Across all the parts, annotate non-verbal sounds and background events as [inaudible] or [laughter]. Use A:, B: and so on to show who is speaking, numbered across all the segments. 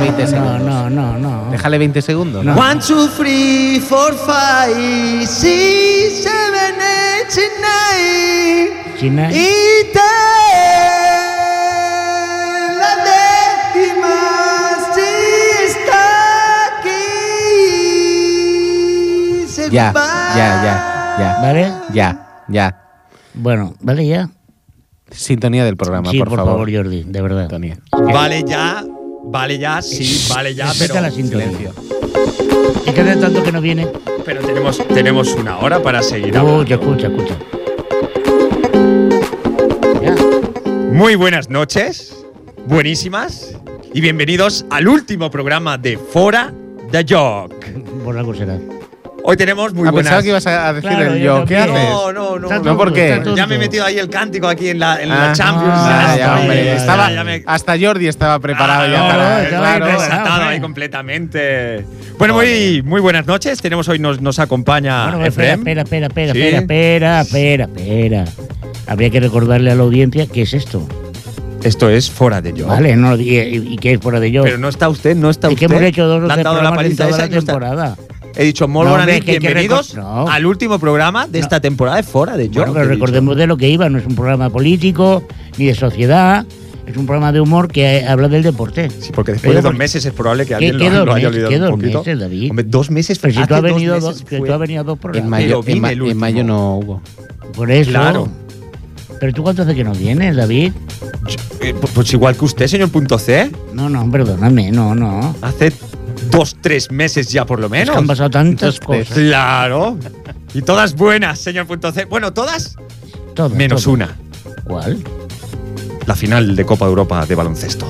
A: 20
B: No,
A: segundos.
B: no, no, no.
A: Déjale 20 segundos.
B: No.
C: One, two, three, four, five, six, seven, eight, nine.
B: China.
C: Y ten, la décima sí está aquí. Se
A: Ya,
C: va.
A: ya, ya,
B: ¿Vale?
A: ya. Ya, ya.
B: Bueno, ¿vale ya?
A: Sintonía del programa,
B: sí,
A: por, favor.
B: Jordi, de verdad.
A: Sintonía.
D: Vale ya, vale ya, sí, vale ya,
B: Necesita
D: pero,
B: la sintonía.
A: Silencio.
B: ¿Y qué hace tanto que no viene?
D: pero tenemos, tenemos una hora para seguir hablando.
B: Escucha, escucha, escucha. Ya.
D: Muy buenas noches, buenísimas, y bienvenidos al último programa de Fora de Joc.
B: Por algo será.
D: Hoy tenemos muy
A: Ah, pensaba
D: buenas…
A: que ibas a decir
B: Claro,
A: el
B: yo
A: yo. ¿Qué
B: también.
A: haces?
D: no, no, no.
B: Está
D: no.
A: No, ¿por
B: tonto,
A: qué?
B: está tonto.
D: Ya me he metido ahí el cántico aquí en la, en
A: Ah.
D: la Champions.
B: Ah,
D: Ya
A: Ah, ya,
D: estoy-
A: hombre.
B: ya,
A: estaba,
D: ya me-
A: Hasta Jordi estaba preparado
D: Ah,
A: ya
D: no,
A: para.
D: no,
B: estaba
A: claro.
B: impresionado.
D: desatado ahí
B: eh.
D: completamente. Bueno, muy, muy buenas noches. Tenemos hoy, nos, nos acompaña
B: Bueno, espera,
D: Efrem.
B: espera, espera, espera,
D: Sí.
B: espera, espera, espera, espera. Habría que recordarle a la audiencia qué es esto.
D: Esto es fuera de yo.
B: Vale, no, y, y- y qué es fuera de yo.
D: Pero no está usted, no está
B: es que
D: usted.
B: hemos hecho dos o
D: Le han
B: tres
D: dado la
B: programas en
D: paliza
B: toda
D: esa
B: la
D: y no está.
B: temporada.
D: He dicho, muy
B: No,
D: buenas
B: hombre,
D: noches,
B: que hay que
D: bienvenidos
B: recor- no.
D: al último programa de esta temporada de Fora de Yo.
B: Bueno, pero recordemos de lo que iba, no es un programa político ni de sociedad, es un programa de humor que eh, habla del deporte.
D: Sí, porque después de
B: Pero
D: dos meses es probable que
B: ¿Qué,
D: alguien
B: qué
D: lo,
B: dos,
D: lo haya
B: meses,
D: olvidado
B: qué
D: un
B: dos
D: poquito.
B: meses, David?
D: Hombre, dos meses
B: pero si
D: hace
B: tú has, venido
D: dos
B: dos,
D: meses
B: que tú
D: fue.
B: has venido a dos
A: En
B: programas.
A: mayo,
D: Pero vine
A: en ma-
D: el
A: en
D: último.
A: mayo no hubo.
B: Por eso.
D: Claro.
B: Pero tú cuánto hace que no vienes, David?
D: Eh, pues- pues igual que usted, señor punto C,
B: No, no, perdóname, no, no.
D: hace dos, tres meses ya por lo
B: Es
D: menos.
B: que han pasado tantas
A: Entonces,
B: cosas.
D: Claro. Y todas buenas, señor punto C. Bueno, todas
B: todas,
D: menos
B: todas.
D: una.
B: ¿Cuál?
D: La final de Copa de Europa de baloncesto.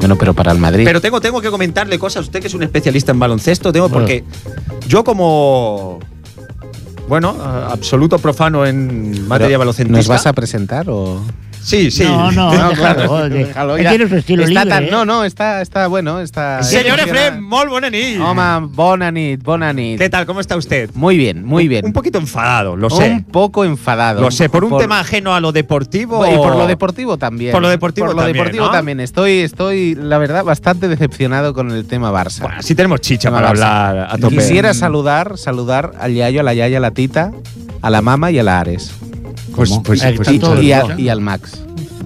A: Bueno, pero para el Madrid.
D: Pero tengo, tengo que comentarle cosas a usted que es un especialista en baloncesto. Tengo
A: Ah.
B: Bueno.
D: porque yo como bueno, a- absoluto profano en materia baloncestista.
A: ¿Nos vas a presentar o.?
D: Sí, sí.
B: No, no,
A: No,
B: déjalo,
A: claro,
B: oye.
A: déjalo,
B: Él
A: ya.
B: tiene su estilo
A: Está
B: libre.
A: tan-
B: ¿eh?
A: No, no, está, está bueno. Está,
D: Señor
A: funciona.
D: Efrem, molt bona nit.
A: Home, bona nit, bona nit.
D: ¿Qué tal? ¿Cómo está usted?
A: Muy bien, muy bien.
D: Un poquito enfadado, lo
A: Un
D: sé.
A: poco enfadado.
D: Lo sé, por un tema ajeno a lo deportivo.
A: Y por lo deportivo también.
D: Por lo deportivo
A: Por lo
D: también,
A: deportivo
D: ¿no?
A: también. Estoy, estoy, la verdad, bastante decepcionado con el tema Barça.
D: Bueno, sí tenemos chicha
A: Tema
D: para
A: Barça.
D: hablar a tope.
A: Quisiera saludar, saludar al Yayo, a la Yaya, a la Tita, a la Mama y a la Ares.
D: Pues,
B: ¿Cómo?
D: pues,
B: Ah,
D: pues,
B: están
A: Y,
B: todos,
A: y a-
B: ¿no?
A: y al Max.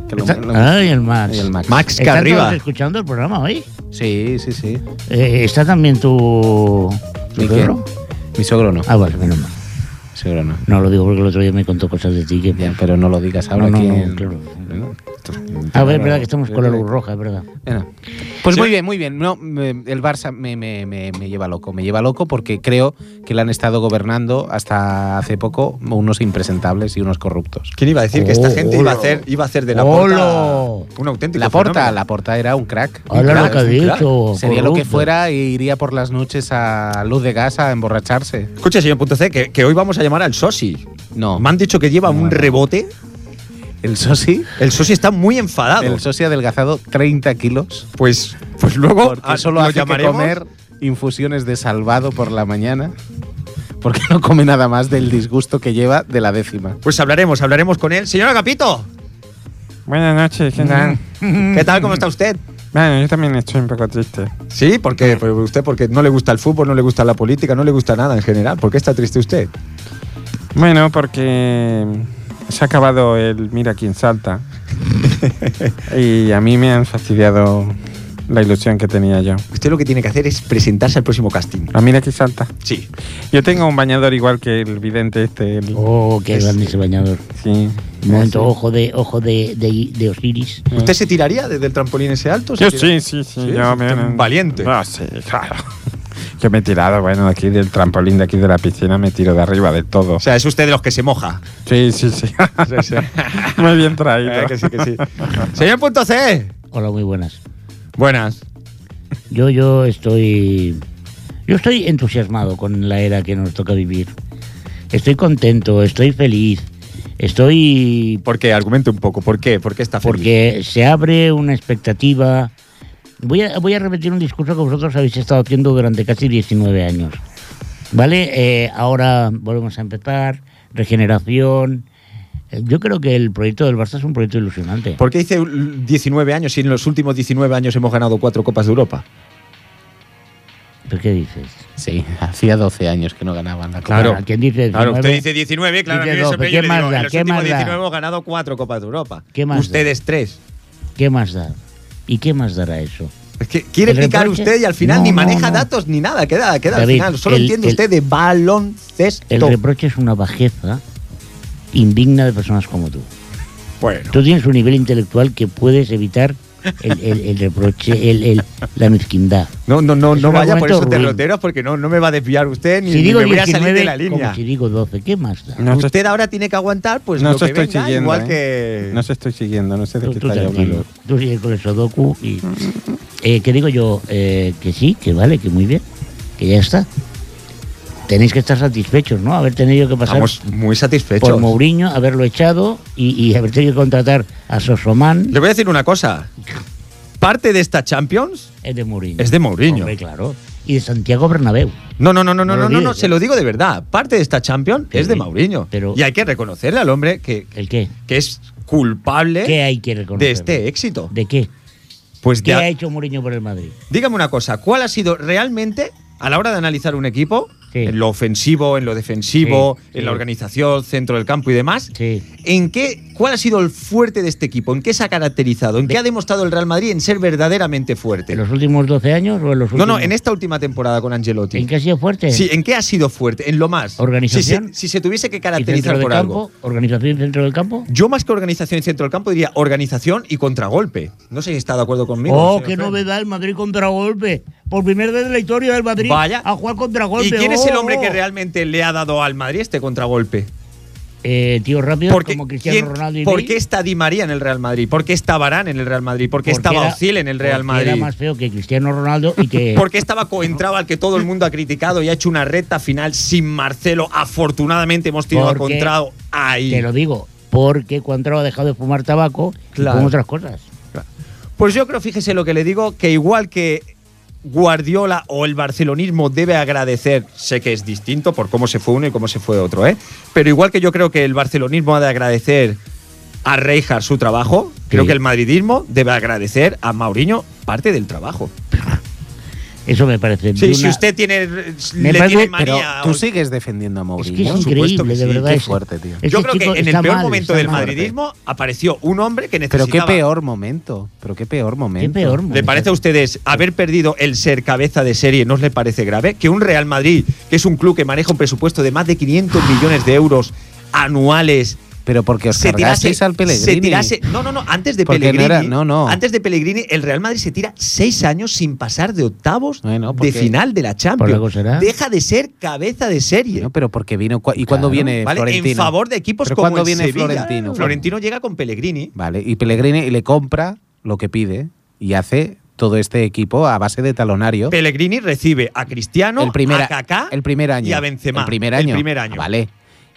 A: Que lo-
B: Está-
A: lo-
B: Ay, el Max.
A: y al Max.
D: Max que
B: ¿Están todos
D: arriba.
B: escuchando el programa hoy?
A: Sí, sí, sí.
B: Eh, ¿Está también tu... tu
A: ¿Mi qué?
B: perro?
A: Mi sogro no.
B: Ah, vale, menos mal.
A: Mi sogro no.
B: No lo digo porque el otro día me contó cosas de ti que...
A: Ya, pero no lo digas
B: No,
A: ahora
B: no,
A: aquí
B: no,
A: en-
B: claro.
A: Bueno, esto-
B: Ah, es verdad que estamos con la
A: Bueno.
B: luz roja, es verdad.
A: Bueno. Pues
D: Sí.
A: muy bien, muy bien. No, me- el Barça me, me- me- me lleva loco. Me lleva loco porque creo que le han estado gobernando hasta hace poco unos impresentables y unos corruptos.
D: ¿Quién iba a decir que esta gente iba a hacer, iba a hacer de la
B: Olo.
D: porta un auténtico
A: Oh, La porta,
D: fenómeno?
A: la porta era un crack.
B: Hola,
D: claro,
B: lo que has
D: sí, claro.
B: dicho.
A: Sería lo que
B: corrupto.
A: fuera e iría por las noches a luz de gas a emborracharse.
D: Escuche, señor Punto C, que, que hoy vamos a llamar al Sosi.
A: No.
D: Me han dicho que lleva un rebote.
A: El sosi,
D: El Sosi está muy enfadado.
A: el sosi adelgazado 30 kilos.
D: Pues, pues luego
A: Porque
D: ah,
A: solo
D: lo
A: hace que
D: llamaremos.
A: comer infusiones de salvado por la mañana. Porque no come nada más del disgusto que lleva de la décima.
D: Pues hablaremos, hablaremos con él. Señor Agapito,
E: Buenas noches, ¿qué tal?
D: ¿qué tal? ¿Cómo está usted?
E: Bueno, yo también estoy un poco triste.
D: Sí, porque pues, usted porque no le gusta el fútbol, no le gusta la política, no le gusta nada en general. ¿Por qué está triste usted?
E: Bueno, porque se ha acabado el Mira quién salta. y a mí me han fastidiado la ilusión que tenía yo.
D: Usted lo que tiene que hacer es presentarse al próximo casting.
E: A Mira quién salta.
D: Sí.
E: Yo tengo un bañador igual que el vidente este. el-
B: Oh, qué grande ese bañador.
E: Sí.
B: Un momento, ojo de, ojo de, de, de Osiris.
D: ¿Usted se tiraría desde el trampolín ese alto?
E: Yo
D: ¿Se
E: sí,
D: tira-
E: sí, sí.
D: Sí,
E: yo
D: usted es
E: me-
D: un valiente.
E: No, sí, claro. [laughs] Yo me he tirado, bueno, de aquí del trampolín de aquí de la piscina, me tiro de arriba de todo.
D: O sea, es usted de los que se moja.
E: Sí, sí, sí.
D: [laughs]
E: [laughs]
D: Sí, [laughs] sí.
E: Muy bien traído.
D: Eh, que sí, que sí. Señor Punto C.
B: Hola, muy buenas.
D: Buenas.
B: Yo, yo estoy. Yo estoy entusiasmado con la era que nos toca vivir. Estoy contento, estoy feliz. Estoy.
D: ¿Por qué? Argumente un poco. ¿Por qué? ¿Por qué está feliz?
B: Porque se abre una expectativa. Voy a, voy a repetir un discurso que vosotros habéis estado haciendo durante casi 19 años. ¿Vale? Eh, ahora volvemos a empezar. Regeneración. Eh, Yo creo que el proyecto del Barça es un proyecto ilusionante.
D: ¿Por qué dice 19 años si en los últimos 19 años hemos ganado cuatro Copas de Europa?
B: ¿Pero qué dices?
A: Sí, hacía 12 años que no ganaban la Copa.
D: Claro.
B: Ahora, ¿Quién dice?
D: Claro, usted
B: 19?
D: dice 19, claro,
B: Dice
D: a mí me
B: doce.
D: sorprende,
B: ¿Qué
D: yo le
B: más
D: digo,
B: da?
D: en los
B: ¿Qué
D: últimos
B: más da?
D: 19 hemos ganado cuatro Copas de Europa.
B: ¿Qué más da?
D: Ustedes tres.
B: ¿Qué más da? ¿Y qué más dará eso?
D: Es que quiere
B: ¿El
D: explicar
B: reproche?
D: usted y al final
B: No,
D: ni
B: no,
D: maneja
B: no.
D: datos ni nada, queda, queda
B: David,
D: al final. Solo
B: el-
D: entiende
B: el-
D: usted de
B: El
D: baloncesto.
B: reproche es una bajeza indigna de personas como tú.
D: Bueno.
B: Tú tienes un nivel intelectual que puedes evitar el, el- el reproche, el- el- la mezquindad.
D: No, no, no,
B: Es
D: no
B: un
D: vaya por
B: argumento
D: esos
B: ruin.
D: derroteros porque no, no me va a desviar usted [laughs] ni,
B: Si
D: ni
B: digo
D: me voy a salir de la
B: 19,
D: línea.
B: como si digo 12, ¿qué más da?
E: No, os
D: usted ahora tiene que aguantar, pues
E: No
D: lo
E: se
D: que
E: estoy
D: venga,
E: siguiendo, ¿eh?
D: igual que.
E: no se estoy siguiendo, no sé de
B: Tú,
E: qué
B: tú
E: estáis
B: tranquilo.
E: hablando.
B: Tú sigues con el Sudoku y. Eh, que digo yo, eh, que sí, que vale, que muy bien, que ya está. Tenéis que estar satisfechos, ¿no? Haber tenido que pasar
D: Estamos muy satisfechos.
B: por Mourinho, haberlo echado y, y haber tenido que contratar a Sosomán,
D: Le voy a decir una cosa. Parte de esta Champions
B: es de Mourinho.
D: es de Mourinho.
B: Hombre, claro. Y de Santiago Bernabéu.
D: No, no, no, no,
B: No lo
D: no, no, no,
B: digas,
D: se
B: eh.
D: lo digo de verdad. Parte de esta Champions
B: Sí,
D: es de Mourinho.
B: pero-
D: y hay que reconocerle al hombre que,
B: ¿El qué?
D: que es culpable
B: ¿Qué hay que reconocer?
D: ¿Eh? de este éxito.
B: ¿De qué?
D: Pues
B: ¿Qué
D: de-
B: ha hecho Mourinho por el Madrid?
D: dígame una cosa, ¿cuál ha sido realmente a la hora de analizar un equipo,
B: Sí.
D: en lo ofensivo, en lo defensivo,
B: Sí,
D: en
B: sí.
D: la organización, centro del campo y demás?
B: Sí.
D: ¿En qué, ¿Cuál ha sido el fuerte de este equipo? ¿En qué se ha caracterizado? ¿En qué ha demostrado el Real Madrid en ser verdaderamente fuerte?
B: ¿En los últimos 12 años o en los
D: No,
B: últimos.?
D: no, en esta última temporada con Angelotti.
B: ¿En qué ha sido fuerte?
D: Sí, ¿en qué ha sido fuerte? En lo más.
B: ¿Organización?
D: Si se, si se tuviese que
B: ¿Y centro
D: caracterizar
B: del
D: por
B: campo?
D: algo.
B: ¿Organización dentro del campo?
D: Yo más que organización y centro del campo diría organización y contragolpe. No sé si está de acuerdo conmigo.
B: ¡Oh,
D: señor
B: qué
D: Fred.
B: novedad! El Madrid contragolpe. Por primera vez en la historia del Madrid
D: Vaya.
B: a jugar contragolpe.
D: ¿Y quién es el hombre
B: ¡Oh!
D: que realmente le ha dado al Madrid este contragolpe?
B: Eh, tío rápido, como Cristiano
D: ¿quién-
B: Ronaldo y
D: ¿por
B: Messi,
D: qué está Di María en el Real Madrid? ¿Por qué está Barán en el Real Madrid? ¿Por qué
B: porque
D: estaba
B: era-
D: Ozil en el Real
B: porque Era
D: Madrid?
B: más feo que Cristiano Ronaldo y
D: [laughs]
B: que.
D: ¿Por qué estaba Coentrao al que todo el mundo ha criticado y ha hecho una recta final sin Marcelo? Afortunadamente hemos tenido a
B: Porque-
D: Contrao ahí.
B: Te lo digo, porque Cuantrao ha dejado de fumar tabaco
D: Claro.
B: y con otras cosas.
D: Pues yo creo, fíjese lo que le digo, que igual que Guardiola o el barcelonismo debe agradecer, sé que es distinto por cómo se fue uno y cómo se fue otro, ¿eh? pero igual que yo creo que el barcelonismo ha de agradecer a Reijar su trabajo, creo
B: Sí.
D: que el madridismo debe agradecer a Mauriño parte del trabajo.
B: Eso me parece. de
D: Sí, si
B: una-
D: usted tiene, le
B: parece-
D: tiene
A: Pero
D: manía...
A: tú
D: o-
A: sigues defendiendo a
B: Es que es
A: Mourinho.
D: Por supuesto
B: increíble,
D: que
B: de
D: sí,
B: verdad.
A: qué
B: ese-
A: fuerte, tío.
B: ese
D: yo creo
B: chico
D: que en el
B: está
D: peor
B: mal,
D: momento
B: está
D: del
B: mal.
D: madridismo apareció un hombre que
A: Pero
D: necesitaba...
A: qué peor momento. Pero qué peor momento.
B: Qué peor.
D: ¿Le
B: momento.
D: parece a ustedes haber perdido el ser cabeza de serie, no os le parece grave? Que un Real Madrid, que es un club que maneja un presupuesto de más de 500 millones de euros anuales,
A: Pero porque os
D: se
A: cargasteis
D: tirase,
A: al Pellegrini.
D: se tirase- No, no, no, antes de
A: Porque no
D: Pellegrini.
A: era- no, no.
D: Antes de Pellegrini, el Real Madrid se tira seis años sin pasar de octavos
A: Bueno,
D: de
A: porque-
D: final de la
B: Por
D: Champions.
B: algo será.
D: Deja de ser cabeza de serie.
A: No, pero porque vino. cua- ¿Y cuándo
B: Claro,
A: viene
D: ¿vale?
A: pues Florentino?
D: En favor de equipos
A: Pero
D: como
A: ¿cuándo
D: el
A: viene
D: Sevilla.
A: Florentino?
D: Florentino llega con Pellegrini.
A: Vale, y Pellegrini le compra lo que pide y hace todo este equipo a base de talonario.
D: Pellegrini recibe a Cristiano,
A: el primer,
D: a Kaká
A: el primer año.
D: y a Benzema.
A: El primer
D: El
A: año.
D: primer año.
A: Ah, vale.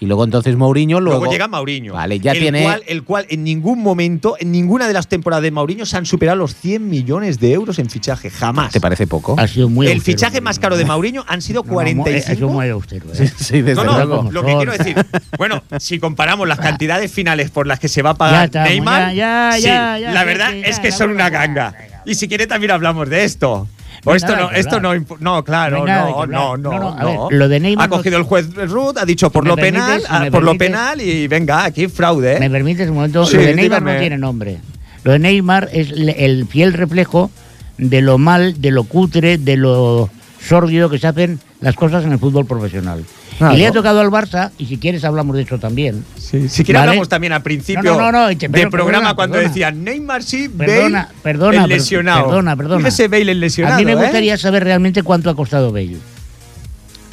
A: Y luego entonces Mourinho luego.
D: Luego, llega Mauriño.
A: Vale, ya
D: el
A: tiene-
D: Cual, el cual en ningún momento, en ninguna de las temporadas de Mauriño se han superado los 100 millones de euros en fichaje. Jamás.
A: ¿Te parece poco?
D: Ah,
B: Ha sido muy
D: el
B: austero,
D: fichaje
B: Mourinho.
D: más caro de Mauriño han sido
B: No, no, Ha sido
D: 45.
B: muy austero.
A: Sí,
B: ¿eh?
A: sí, desde
D: No, no,
A: luego.
D: lo que quiero decir, bueno, si comparamos las cantidades finales por las que se va a
B: Ya
D: pagar
B: estamos,
D: Neymar,
B: ya, ya,
D: sí,
B: ya, ya,
D: la
B: sí,
D: verdad
B: sí,
D: es
B: ya,
D: que
B: la
D: son
B: verdad,
D: una
B: venga,
D: ganga.
B: venga.
D: Y si quiere también hablamos de esto. O
B: hay
D: esto
B: nada
D: no,
B: que
D: esto no,
B: hablar.
D: imp- no, claro,
B: No hay nada que
D: no, no,
B: hablar.
D: no,
B: No, no, a
D: no.
B: ver, lo de Neymar
D: Ha
B: no-
D: cogido el juez Ruth, ha dicho por
B: ¿Me
D: lo
B: permites?
D: penal,
B: ¿Me
D: ah, por lo
B: permites?
D: penal y venga, aquí fraude. ¿eh?
B: ¿Me permites un momento?
D: Sí,
B: lo de Neymar
D: dígame.
B: no tiene nombre. Lo de Neymar es le- el fiel reflejo de lo mal, de lo cutre, de lo sórdido que se hacen las cosas en el fútbol profesional.
E: Claro.
B: Y le ha tocado al Barça, y si quieres hablamos de eso también.
E: Sí,
D: Si quieres
B: Vale.
D: hablamos también al principio
B: No, no, no, no,
D: del
B: eche, pero
D: programa
B: perdona,
D: cuando
B: perdona.
D: decían Neymar sí, Bale,
B: Perdona, perdona,
D: el
B: per-
D: lesionado.
B: perdona, perdona.
D: Fíjese Bale el lesionado,
B: a mí me
D: ¿eh?
B: gustaría saber realmente cuánto ha costado Bale.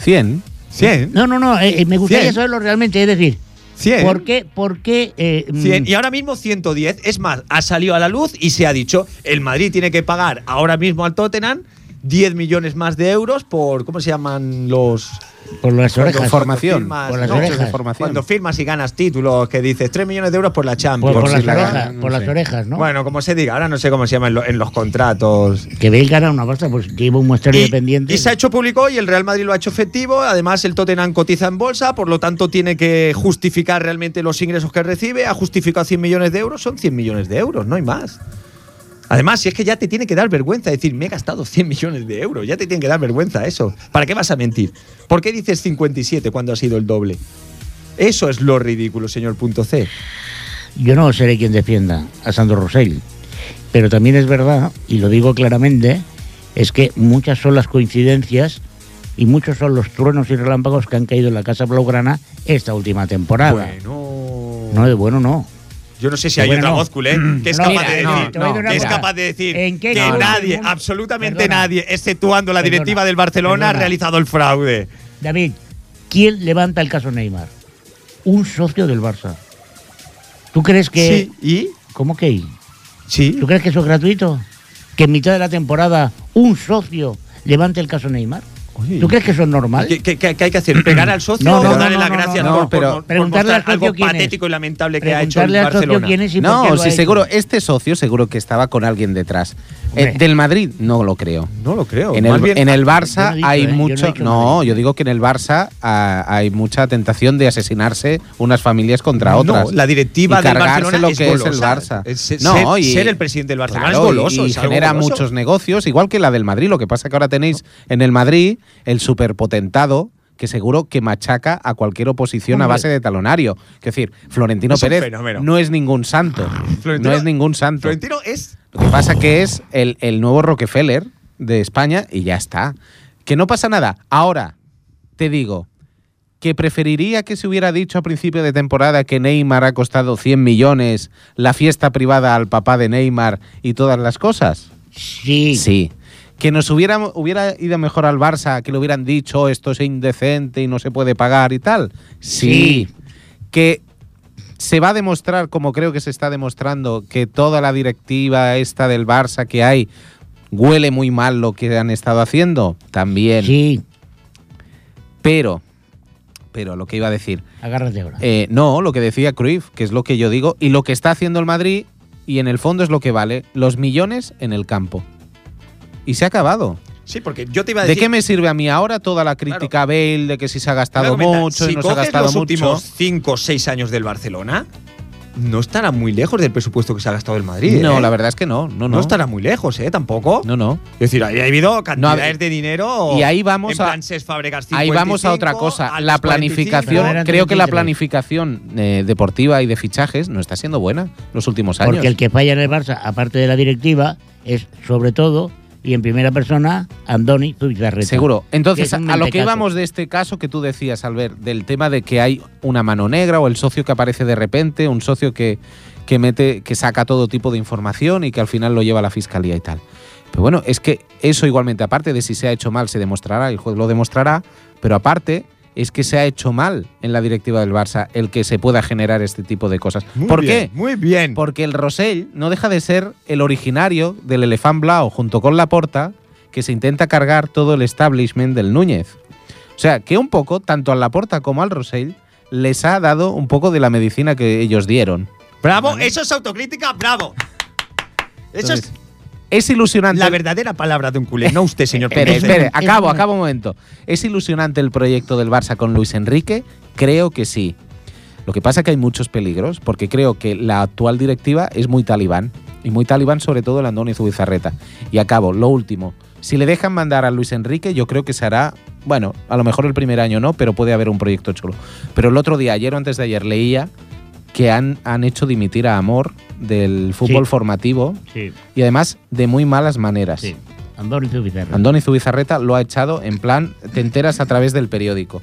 A: 100.
D: 100,
B: No, no, no, eh, eh, me gustaría
D: Cien.
B: saberlo realmente, es decir,
D: 100.
B: ¿por qué? ¿Por qué? eh, mm,
D: 100, y ahora mismo 110. Es más, ha salido a la luz y se ha dicho, el Madrid tiene que pagar ahora mismo al Tottenham 10 millones más de euros por, ¿cómo se llaman los
B: Por las orejas.
A: forma- formación,
D: firmas-
B: por las
D: no,
B: orejas.
A: de formación.
D: Cuando firmas y ganas títulos que dices 3 millones de euros por la
B: Por,
D: Champions.
B: por
A: si
B: las
A: la
B: orejas,
A: ganan, no
B: por las
A: sé.
B: orejas, ¿no?
D: Bueno, como se diga, ahora no sé cómo se llama en, lo- en los contratos.
B: Que Bale gana una pasta, pues lleva un muestreo independiente.
D: y se ha hecho público y el Real Madrid lo ha hecho efectivo. Además, el Tottenham cotiza en bolsa, por lo tanto, tiene que justificar realmente los ingresos que recibe. Ha justificado 100 millones de euros, son 100 millones de euros, no hay más. Además, si es que ya te tiene que dar vergüenza decir, me he gastado 100 millones de euros, ya te tiene que dar vergüenza eso. ¿Para qué vas a mentir? ¿Por qué dices 57 cuando ha sido el doble? Eso es lo ridículo, señor punto C.
B: Yo no seré quien defienda a Sandro Rosell, pero también es verdad, y lo digo claramente, es que muchas son las coincidencias y muchos son los truenos y relámpagos que han caído en la Casa Blaugrana esta última temporada.
D: Bueno.
B: No, de bueno no.
D: Yo no sé si
B: Pero
D: hay
B: bueno,
D: otra
B: no.
D: músculo, ¿eh?
B: [clears throat]
D: Que es
B: No,
D: capaz
B: mira,
D: de
B: no,
D: decir,
B: te voy a decir una
D: que es
B: cosa.
D: capaz de decir
B: ¿En qué
D: que
B: club del
D: nadie,
B: mundo-
D: absolutamente
B: Perdona.
D: nadie, exceptuando la directiva
B: Perdona.
D: del Barcelona,
B: Perdona.
D: ha realizado el fraude.
B: David, ¿quién levanta el caso Neymar? Un socio del Barça. ¿Tú crees que...
D: Sí,
B: ¿Cómo que?
D: y sí.
B: ¿Tú crees que eso es gratuito? ¿Que en mitad de la temporada un socio levante el caso Neymar?
D: Oye,
B: ¿Tú crees que eso es normal?
D: ¿Qué, qué- qué- qué hay que hacer? ¿Pegar al socio
B: No,
D: o
B: no,
D: darle
B: no,
D: las
B: no,
D: gracias
A: no, no,
D: por, por-
A: pero-
D: por
B: Preguntarle
D: mostrar
B: al socio
D: algo
B: quién es.
D: patético y lamentable que ha hecho el
B: Preguntarle al socio
D: Barcelona?
B: quién es y por qué
A: No,
B: lo ha
A: sí,
B: hecho.
A: seguro. Este socio seguro que estaba con alguien detrás. Eh,
B: Hombre.
A: del Madrid, no lo creo.
D: No lo creo.
A: En
D: más
A: el,
D: bien- ah,
A: en el
B: Yo no he
A: Barça
B: dicho, ¿eh?
A: hay
B: Yo no he
A: mucho.
B: dicho
A: No,
B: Madrid.
A: yo digo que en el Barça ah, hay mucha tentación de asesinarse unas familias contra
D: No,
A: otras.
D: la directiva
A: y
D: del
A: cargarse
D: Barcelona
A: lo
D: es
A: que es el
D: golosa.
A: Barça.
D: Es ser-
A: no,
D: ser el presidente del Barcelona
A: claro,
D: es goloso,
A: y,
D: es algo
A: genera
D: goloso.
A: muchos negocios, igual que la del Madrid. Lo que pasa que ahora tenéis en el Madrid el superpotentado que seguro que machaca a cualquier oposición a
B: Hombre.
A: base de talonario. Es decir, Florentino
D: Es un
A: Pérez
D: fenómeno.
A: no es ningún santo.
D: Florentino-
A: no es ningún santo.
D: Florentino es
A: Lo que pasa que es el, el nuevo Rockefeller de España y ya está. Que no pasa nada. Ahora, te digo que preferiría que se hubiera dicho a principio de temporada que Neymar ha costado 100 millones, la fiesta privada al papá de Neymar y todas las cosas.
B: Sí.
A: Sí. Que nos hubiera, hubiera ido mejor al Barça, que le hubieran dicho "Oh, esto es indecente y no se puede pagar y tal. Sí.
B: Sí.
A: Que se va a demostrar, como creo que se está demostrando, que toda la directiva esta del Barça que hay huele muy mal lo que han estado haciendo. También.
B: Sí.
A: Pero, pero lo que iba a decir.
B: Agárrate ahora.
A: Eh, no, lo que decía Cruyff, que es lo que yo digo, y lo que está haciendo el Madrid, y en el fondo es lo que vale, los millones en el campo. Y se ha acabado.
D: Sí, porque yo te iba a
A: ¿De
D: decir
A: qué me sirve a mí ahora toda la crítica a Bale de que si se ha
D: Claro,
A: gastado
D: comenta,
A: mucho
D: si
A: y no se ha
D: coges
A: gastado
D: los
A: mucho?
D: últimos 5 o 6 años del Barcelona, no estará muy lejos del presupuesto que se ha gastado el Madrid.
A: No,
D: ¿eh?
A: la verdad es que no, no,
D: No,
A: no.
D: estará muy lejos, ¿eh? Tampoco.
A: No, no.
D: Es decir, ahí ha habido cantidades
A: No,
D: de dinero.
A: y ahí vamos
D: en
A: a-
D: plan Cesc Fabregas
A: Ahí
D: 55,
A: vamos a otra cosa.
D: Alex
A: La
D: 45.
A: planificación,
B: Pero eran
A: creo que la
B: 33.
A: planificación eh, deportiva y de fichajes no está siendo buena los últimos años.
B: Porque el que falla en el Barça, aparte de la directiva, es sobre todo y en primera persona Andoni Zubizarreta.
A: Seguro. Entonces,
B: Que es un
A: a lo que
B: mentecato.
A: íbamos de este caso que tú decías, Albert, del tema de que hay una mano negra o el socio que aparece de repente, un socio que, que mete, que saca todo tipo de información y que al final lo lleva a la fiscalía y tal. Pero bueno, es que eso igualmente, aparte de si se ha hecho mal, se demostrará, el juez lo demostrará, pero aparte es que se ha hecho mal en la directiva del Barça el que se pueda generar este tipo de cosas.
D: Muy
A: ¿Por
D: bien,
A: qué?
D: Muy bien.
A: Porque el Rosell no deja de ser el originario del elefant Blau junto con Laporta, que se intenta cargar todo el establishment del Núñez. O sea, que un poco, tanto al Laporta como al Rosell, les ha dado un poco de la medicina que ellos dieron.
D: Bravo, eso es autocrítica, bravo. Eso
A: Entonces, es
D: es
A: ilusionante.
D: la verdadera palabra de un culé, no usted,
A: [laughs]
D: señor
A: Espere,
D: Pérez.
B: Entonces,
A: espere,
B: es
A: acabo,
B: una-
A: acabo un momento. ¿Es ilusionante el proyecto del Barça con Luis Enrique? Creo que sí. Lo que pasa es que hay muchos peligros, porque creo que la actual directiva es muy talibán, y muy talibán sobre todo el Andoni Zubizarreta. Y acabo, lo último. Si le dejan mandar a Luis Enrique, yo creo que se hará, bueno, a lo mejor el primer año no, pero puede haber un proyecto chulo. Pero el otro día, ayer o antes de ayer, leía que han, han hecho dimitir a Amor del fútbol
B: Sí.
A: formativo
B: Sí,
A: y además de muy malas maneras.
B: sí. Andoni Zubizarreta.
A: Andoni Zubizarreta lo ha echado en plan, te enteras a través del periódico.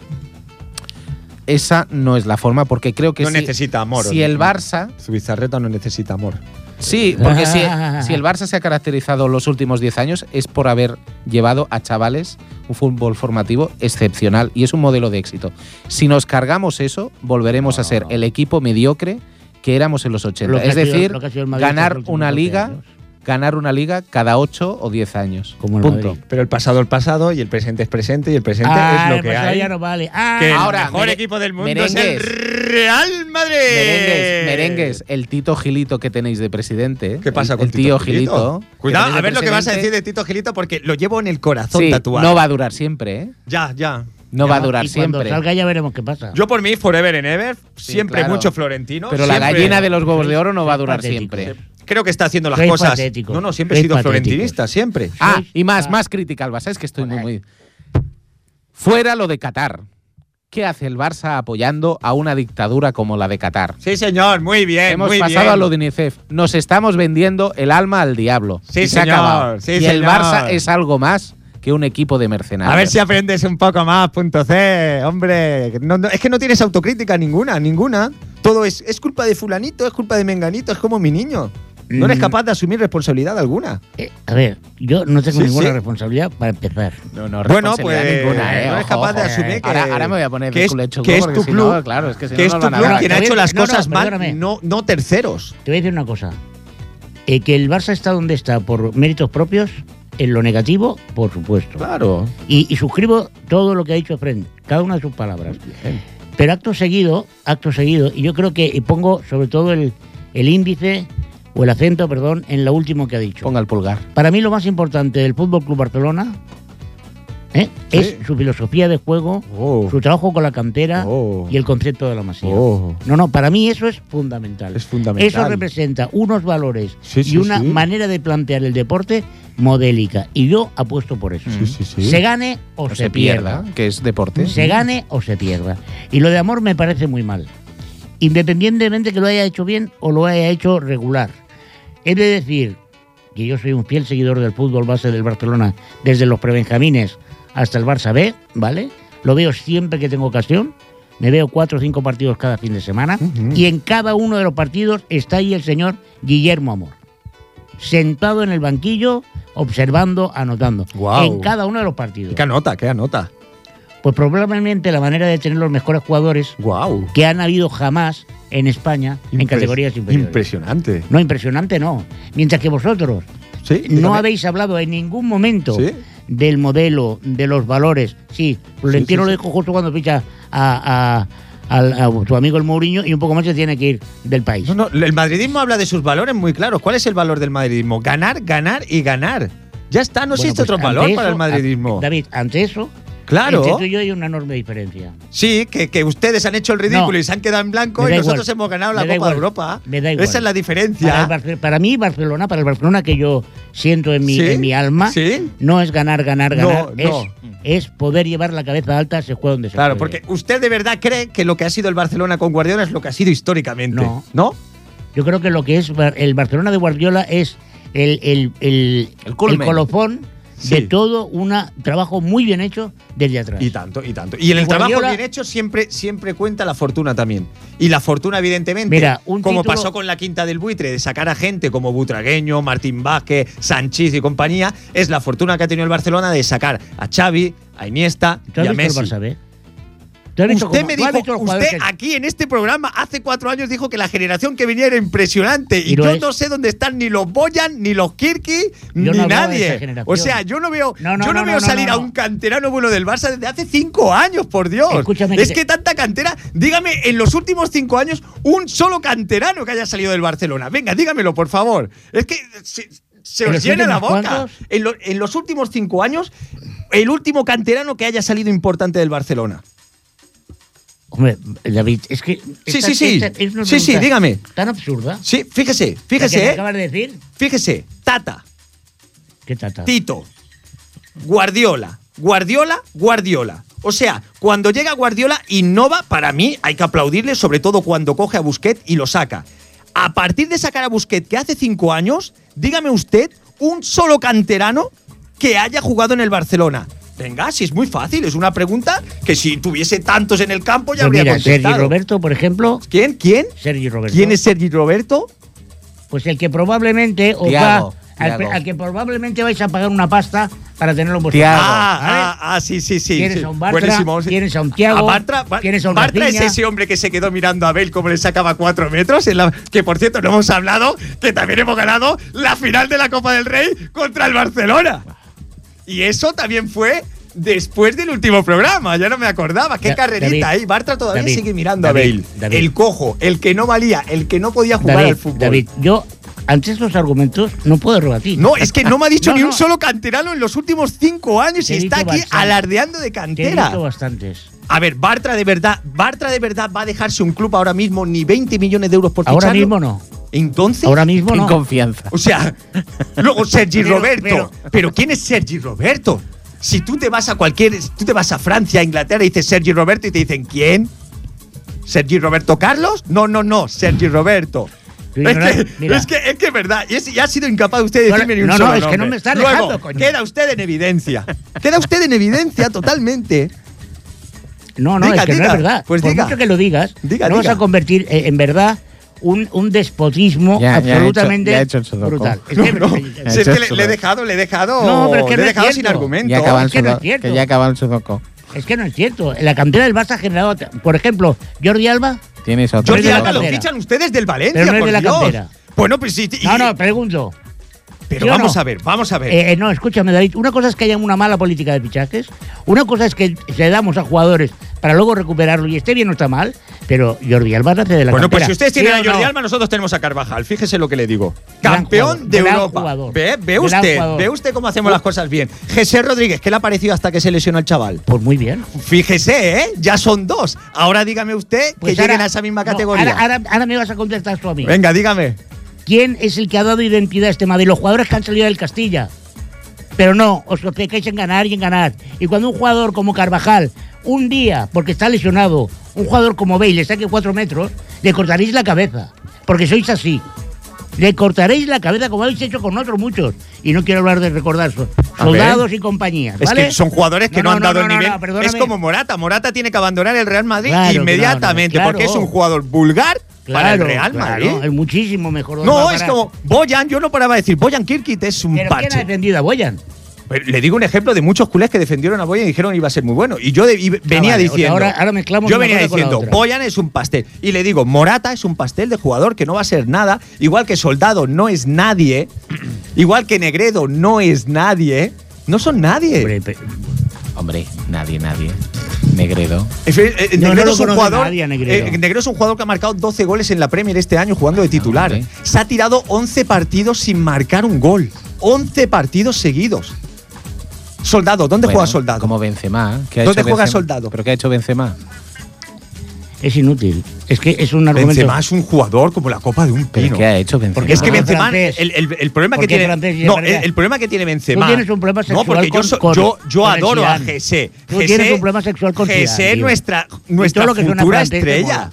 A: Esa no es la forma, porque creo que
D: No
A: si,
D: necesita amor.
A: si el Barça.
D: Su bizarreta no necesita amor.
A: Sí, porque
B: [laughs]
A: si, si el Barça se ha caracterizado los últimos 10 años es por haber llevado a chavales un fútbol formativo excepcional y es un modelo de éxito. Si nos cargamos eso, volveremos a ser el equipo mediocre que éramos en los
B: Lo
A: 80.
B: que ha
A: Es
B: sido-
A: decir,
B: lo que ha sido el Madrid estos
A: ganar
B: últimos
A: una
B: 12
A: liga
B: años.
A: ganar una liga cada 8 o 10 años.
B: Como el
A: Punto.
B: Madrid.
D: Pero el pasado es pasado y el presente es presente y el presente
B: Ah,
D: es
B: el
D: lo que
B: pasado
D: hay.
B: ya no vale. Ah,
D: Que el
A: Ahora,
D: mejor
A: mere-
D: equipo del mundo es el
A: merengues.
D: Real Madrid. Eh.
A: Merengues, merengues, el Tito Gilito que tenéis de presidente.
D: ¿Qué pasa
A: el,
D: con
A: el tío Gilito? que
D: Cuidado,
A: tenéis de
D: a ver lo que vas a decir
A: presidente.
D: de Tito Gilito porque lo llevo en el corazón
A: Sí,
D: tatuado.
A: no va a durar siempre, ¿eh?
D: Ya, ya.
A: No
B: ya,
A: va a durar
B: y cuando
A: siempre.
B: salga ya veremos qué pasa.
D: Yo por mí, forever and ever,
A: Sí,
D: siempre
A: claro.
D: mucho florentino.
A: Pero la
D: siempre-
A: gallina de los huevos de oro no va a durar
B: Patético.
A: siempre.
D: Creo que está haciendo las
B: Sois
D: cosas.
B: patéticos.
D: No, no, siempre he
B: Sois
D: sido
B: patéticos.
D: florentinista, siempre.
A: Ah,
B: Sois-
A: y más,
B: ah.
A: más crítica al Barça, es que estoy muy,
B: Joder.
A: muy. Fuera lo de Qatar. ¿Qué hace el Barça apoyando a una dictadura como la de Qatar?
D: Sí, señor, muy bien.
A: Hemos
D: Eh, muy
A: pasado
D: bien.
A: a lo de UNICEF. Nos estamos vendiendo el alma al diablo.
D: Sí,
A: y se ha
D: señor.
A: acabado.
D: Sí,
A: y el
D: señor.
A: Barça es algo más que un equipo de mercenarios.
D: A ver si aprendes un poco más, punto C. Hombre, No, no, es que no tienes autocrítica ninguna, ninguna. Todo es, es culpa de fulanito, es culpa de menganito, es como mi niño. No eres
B: Mm.
D: capaz de asumir responsabilidad alguna.
B: Eh, a ver, yo no tengo
D: Sí,
B: ninguna
D: sí.
B: responsabilidad para empezar.
A: No, no,
D: Bueno,
A: responsabilidad
D: pues,
A: ninguna, ¿eh?
D: no eres
A: Ojo,
D: capaz de
A: ojo.
D: asumir que-
A: ahora, ahora me voy a poner
D: que
A: de
D: es-
A: culo hecho
D: que
A: huevo,
D: es
A: porque
D: tu
A: si
D: club,
A: no, claro, es que si no
D: que es
A: nos
D: tu
A: van a
D: club
A: dar.
D: quien ha
B: Está
D: hecho
B: bien,
D: las
B: no, no,
D: cosas mal,
B: perdóname.
D: no, no terceros.
B: Te voy a decir una cosa. Eh, que el Barça está donde está por méritos propios, en lo negativo, por supuesto.
A: Claro.
B: Y, y suscribo todo lo que ha dicho Fren, cada una de sus palabras. Pero acto seguido, acto seguido, y yo creo que y pongo sobre todo el, el índice o el acento, perdón, en lo último que ha dicho.
A: Ponga el pulgar.
D: Mm.
B: Para mí lo más importante del Fútbol Club Barcelona ¿eh? es su filosofía de juego,
E: Oh,
B: su trabajo con la cantera
D: Oh.
B: y el concepto de la masía.
D: Oh.
B: No, no, para mí eso es fundamental.
D: Es fundamental.
B: Eso representa unos valores
D: Sí, sí,
B: y una
D: sí.
B: manera de plantear el deporte modélica. Y yo apuesto por eso.
D: Sí, sí, sí.
B: Se gane o,
A: No se pierda, que es deporte.
B: Se gane o se pierda. Y lo de amor me parece muy mal. Independientemente que lo haya hecho bien o lo haya hecho regular. He de decir que yo soy un fiel seguidor del fútbol base del Barcelona, desde los prebenjamines hasta el Barça B, ¿vale? Lo veo siempre que tengo ocasión. Me veo cuatro o cinco partidos cada fin de semana. Y en cada uno de los partidos está ahí el señor Guillermo Amor. Sentado en el banquillo, observando, anotando.
D: Guau.
B: En cada uno de los partidos.
D: ¿Qué anota? ¿Qué anota?
B: Pues probablemente la manera de tener los mejores jugadores
D: ¡Guau!
B: que han habido jamás en España en
D: Impres-
B: categorías inferiores.
D: Impresionante.
B: no, impresionante no. Mientras que vosotros
D: Sí,
B: no
D: dígame.
B: habéis hablado en ningún momento
D: Sí.
B: del modelo, de los valores. Sí, Florentino lo
D: sí, sí.
B: dijo justo cuando ficha a, a- al- a tu amigo el Mourinho y un poco más se tiene que ir del país.
D: No, no, el madridismo habla de sus valores muy claros. ¿Cuál es el valor del madridismo? Ganar, ganar y ganar. Ya está, no
B: Bueno,
D: existe
B: pues
D: otro
B: ante
D: valor para
B: eso,
D: el madridismo.
B: a- David, ante eso,
D: claro.
B: entre tú y yo hay una enorme diferencia.
D: Sí, que, que ustedes han hecho el ridículo
B: No.
D: y se han quedado en blanco
B: Me
D: y
B: da
D: nosotros
B: igual.
D: hemos ganado la
B: Me da
D: Copa de
B: igual.
D: Europa.
B: Me da igual.
D: Esa es la
B: Para, el
D: diferencia.
B: Barce- para mí, Barcelona, para el Barcelona que yo siento en mi,
D: Sí,
B: en mi alma,
D: sí.
B: no es ganar, ganar,
D: No,
B: ganar. es,
D: no.
B: es poder llevar la cabeza alta, se juega donde se
D: Claro,
B: juegue.
D: porque usted de verdad cree que lo que ha sido el Barcelona con Guardiola es lo que ha sido históricamente.
B: No.
D: ¿No?
B: Yo creo que lo que es Bar- el Barcelona de Guardiola es el, el, el,
A: El culmen.
B: el colofón
D: Sí.
B: de todo un trabajo muy bien hecho desde atrás.
D: Y tanto, y tanto. Y en el
B: Guardiola-
D: trabajo bien hecho siempre, siempre cuenta la fortuna también. Y la fortuna, evidentemente,
B: Mira, un
D: como
B: título-
D: pasó con la quinta del buitre, de sacar a gente como Butragueño, Martín Vázquez, Sanchís y compañía, es la fortuna que ha tenido el Barcelona de sacar a Xavi, a Iniesta
B: ¿Tú has
D: y
B: visto
D: a
B: el
D: Messi.
B: Barça B? ¿Tú has visto
D: Usted
B: cómo-
D: me
B: tú has
D: dijo,
B: visto los jugadores
D: usted
B: que-
D: aquí en este programa hace cuatro años dijo que la generación que venía era impresionante y,
B: Y lo
D: yo
B: es.
D: no sé dónde están ni los Boyan, ni los Kirki,
B: no
D: ni
B: hablaba de esa
D: nadie.
B: generación.
D: O sea, yo no veo,
B: No, no,
D: yo no,
B: no,
D: veo
B: no, no,
D: salir a
B: no.
D: un canterano bueno del Barça desde hace cinco años, por Dios.
B: Escúchame,
D: es
B: que-
D: que tanta cantera, dígame en los últimos cinco años un solo canterano que haya salido del Barcelona. Venga, dígamelo, por favor. Es que se, se
B: ¿En
D: os
B: los
D: llena la boca.
B: últimos cuántos?
D: En, lo- en los últimos cinco años, el último canterano que haya salido importante del Barcelona.
B: Hombre, David, es que.
D: Sí,
B: esta-
D: sí, sí.
B: esta es una
D: Sí, sí,
B: pregunta
D: dígame.
B: Tan absurda.
D: Sí, fíjese,
B: La que me
D: fíjese, eh,
B: acabas de decir?
D: fíjese. Tata,
B: ¿Qué tata?
D: Tito, Guardiola, Guardiola, Guardiola. O sea, cuando llega Guardiola, innova, para mí hay que aplaudirle, sobre todo cuando coge a Busquets y lo saca. A partir de sacar a Busquets, que hace cinco años, dígame usted, un solo canterano que haya jugado en el Barcelona. Venga, si es muy fácil, es una pregunta que si tuviese tantos en el campo ya
B: Pues
D: habría
B: mira, Sergi
D: contestado.
B: Roberto, por ejemplo.
D: ¿Quién? ¿Quién?
B: Sergi Roberto.
D: ¿Quién es Sergi Roberto?
B: Pues el que probablemente os
A: Thiago.
B: va al,
A: Tiago.
B: al que probablemente vais a pagar una pasta para tenerlo en vuestro
A: Tiago.
D: Ah,
B: ¿vale?
D: ah, ah, sí, sí, sí.
B: Tienes
D: sí.
B: ¿eh? a un Bartra, tienes a un Thiago,
D: A Bartra, Ba-
B: tienes a un
D: Bartra es
B: Rafinha.
D: ese hombre que se quedó mirando a Abel como le sacaba cuatro metros. en la- que por cierto, no hemos hablado que también hemos ganado la final de la Copa del Rey contra el Barcelona. Y eso también fue después del último programa. Ya no me acordaba. Qué
B: Da-
D: carrerita
B: David,
D: ahí. Bartra todavía
B: David,
D: sigue mirando a
B: David,
D: Bale.
B: David.
D: El cojo, el que no valía, el que no podía ah, jugar
B: David,
D: al fútbol.
B: David, yo ante estos argumentos no puedo rebatir.
D: No, es que no me ha
B: [laughs]
D: dicho
B: No,
D: ni
B: no.
D: un solo canterano en los últimos cinco años
B: Te
D: y
B: he
D: está
B: dicho
D: aquí
B: Barça.
D: alardeando de
B: Te he
D: cantera.
B: visto bastantes.
D: A ver, Bartra de verdad, Bartra de verdad va a dejarse un club ahora mismo ni 20 millones de euros por
B: Ahora
D: ficharlo?
B: mismo no.
D: Entonces,
B: Ahora mismo
A: en
B: no.
A: confianza.
D: o sea, luego Sergi
B: Pero-
D: Roberto. Pero,
B: pero-
D: ¿quién es Sergi Roberto? Si tú te vas a cualquier, tú te vas a Francia, a Inglaterra y dices Sergi Roberto y te dicen ¿quién? Sergi Roberto Carlos? No, no, no, Sergi Roberto.
B: Tu
D: Es
B: ignorancia-
D: que,
B: mira.
D: es que es que es verdad, y, es- y ha sido incapaz usted de
B: No,
D: decirme ni un
B: no,
D: solo
B: no, es que no
D: nombre.
B: me está
D: Luego,
B: alejando, coño.
D: queda usted en evidencia. Queda usted en evidencia totalmente.
B: No, no,
D: Diga,
B: es que no
D: diga.
B: es verdad.
D: Pues
B: Por
D: diga.
B: mucho que lo digas,
D: Diga,
B: no vas
D: diga.
B: a convertir eh, en verdad un, un despotismo
A: Ya, ya ha
B: absolutamente
A: hecho- ya ha hecho el sudoku.
D: [laughs]
B: brutal. Es
D: No,
B: que-
D: no, si es que le, le he dejado, le he dejado,
B: No, pero es que
D: le
B: no
D: he
B: es
D: dejado sin
B: cierto.
D: argumento.
A: Ya acaban
B: es que no
A: su-
B: es cierto.
A: que ya acaban su doco.
B: Es que no es cierto. La cantera del Barça ha generado, por ejemplo, Jordi Alba.
A: Tienes otro.
D: Jordi
B: de la
D: Alba lo
B: cantera.
D: fichan ustedes del Valencia,
B: Pero no es
D: por
B: de la
D: Dios.
B: cantera.
D: Bueno, pues sí. y-
B: No, no, pregunto.
D: pero
B: ¿sí o
D: vamos
B: no?
D: a ver, vamos a ver.
B: Eh, eh, no, escúchame, David. Una cosa es que haya una mala política de fichajes. Una cosa es que le damos a jugadores para luego recuperarlo y esté bien o está mal. Pero Jordi Alba nace de la
D: bueno,
B: cantera.
D: pues si ustedes
B: ¿Sí
D: tienen a
B: o
D: Jordi
B: no?
D: Alba, nosotros tenemos a Carvajal. Fíjese lo que le digo.
B: Gran
D: Campeón
B: jugador,
D: de
B: gran
D: Europa.
B: jugador,
D: ve, ve
B: gran
D: usted,
B: jugador.
D: ve usted cómo hacemos las cosas bien. José Rodríguez, ¿qué le ha parecido hasta que se lesionó al chaval?
B: Pues muy bien.
D: Fíjese, ¿eh? Ya son dos. Ahora dígame usted
B: Pues
D: que
B: ahora-
D: lleguen a esa misma
B: no,
D: categoría.
B: ahora, ahora- ahora me vas a contestar tú a mí.
D: Venga, dígame.
B: ¿Quién es el que ha dado identidad a este Madrid? Los jugadores que han salido del Castilla. Pero no, os obcequéis en ganar y en ganar. Y cuando un jugador como Carvajal, un día, porque está lesionado, un jugador como Bale le saque cuatro metros, le cortaréis la cabeza. Porque sois así. Le cortaréis la cabeza como habéis hecho con otros muchos. Y no quiero hablar de recordar so-
D: A ver.
B: soldados y compañías.
D: Es
B: ¿vale?
D: que son jugadores que
B: No,
D: no,
B: no,
D: han
B: no,
D: dado
B: no,
D: el
B: no,
D: nivel.
B: no, perdóname.
D: es como Morata. Morata tiene que abandonar el Real Madrid
B: Claro, claro,
D: inmediatamente
B: claro.
D: porque es un jugador vulgar para el Real
B: claro,
D: Madrid.
B: Es muchísimo mejor.
D: no,
B: para-
D: es como Boyan. Yo no paraba de decir Boyan Kirkit es un
B: ¿Pero quién ha
D: parche.
B: defendido a Boyan?
D: Pero le digo un ejemplo de muchos culés que defendieron a Boyan y dijeron iba a ser muy bueno. Y yo de- y
B: vale, o
D: venía
B: sea,
D: diciendo.
B: ahora- ahora mezclamos
D: yo
B: una
D: venía
B: cosa con la
D: diciendo,
B: otra.
D: Boyan es un pastel. Y le digo, Morata es un pastel de jugador que no va a ser nada. Igual que Soldado no es nadie. [clears throat] igual que Negredo no es nadie. No son nadie.
B: Hombre, pe-
A: Hombre, nadie, nadie. Negredo.
D: En fin, eh,
B: No, no
D: Negredo
B: lo
D: es un
B: conoce
D: jugador.
B: nadie a Negredo.
D: eh, Negredo es un jugador que ha marcado 12 goles en la Premier este año jugando de titular.
A: hombre.
D: Se ha tirado 11 partidos sin marcar un gol. 11 partidos seguidos. Soldado, ¿dónde
A: Bueno,
D: juega Soldado?
A: Como Benzema. ¿Qué ha
D: ¿Dónde
A: hecho
D: juega
A: Benzema?
D: Soldado?
A: ¿Pero qué ha hecho Benzema?
B: es inútil. Es que es un argumento.
D: Benzema es un jugador como la copa de un
A: ¿Pero
D: pino.
A: qué ha hecho Benzema? Ah,
B: Porque
D: Es que
B: Porque es
D: Benzema,
B: Ah, francés.
D: el, el- el problema que
B: Porque es
D: tiene,
B: francés y es
D: no, el,
B: verdad.
D: el problema que tiene Benzema.
B: tienes un problema
D: No,
B: sexual
D: porque yo,
B: con-
D: so-
B: con-
D: yo, yo
B: con el
D: adoro a
B: Zidane.
D: Gese.
B: Tú tienes un problema sexual con Zidane,
D: es
B: tío.
D: nuestra,
B: todo
D: nuestra
B: lo que suena
D: futura
B: francés te
D: estrella.
B: mola.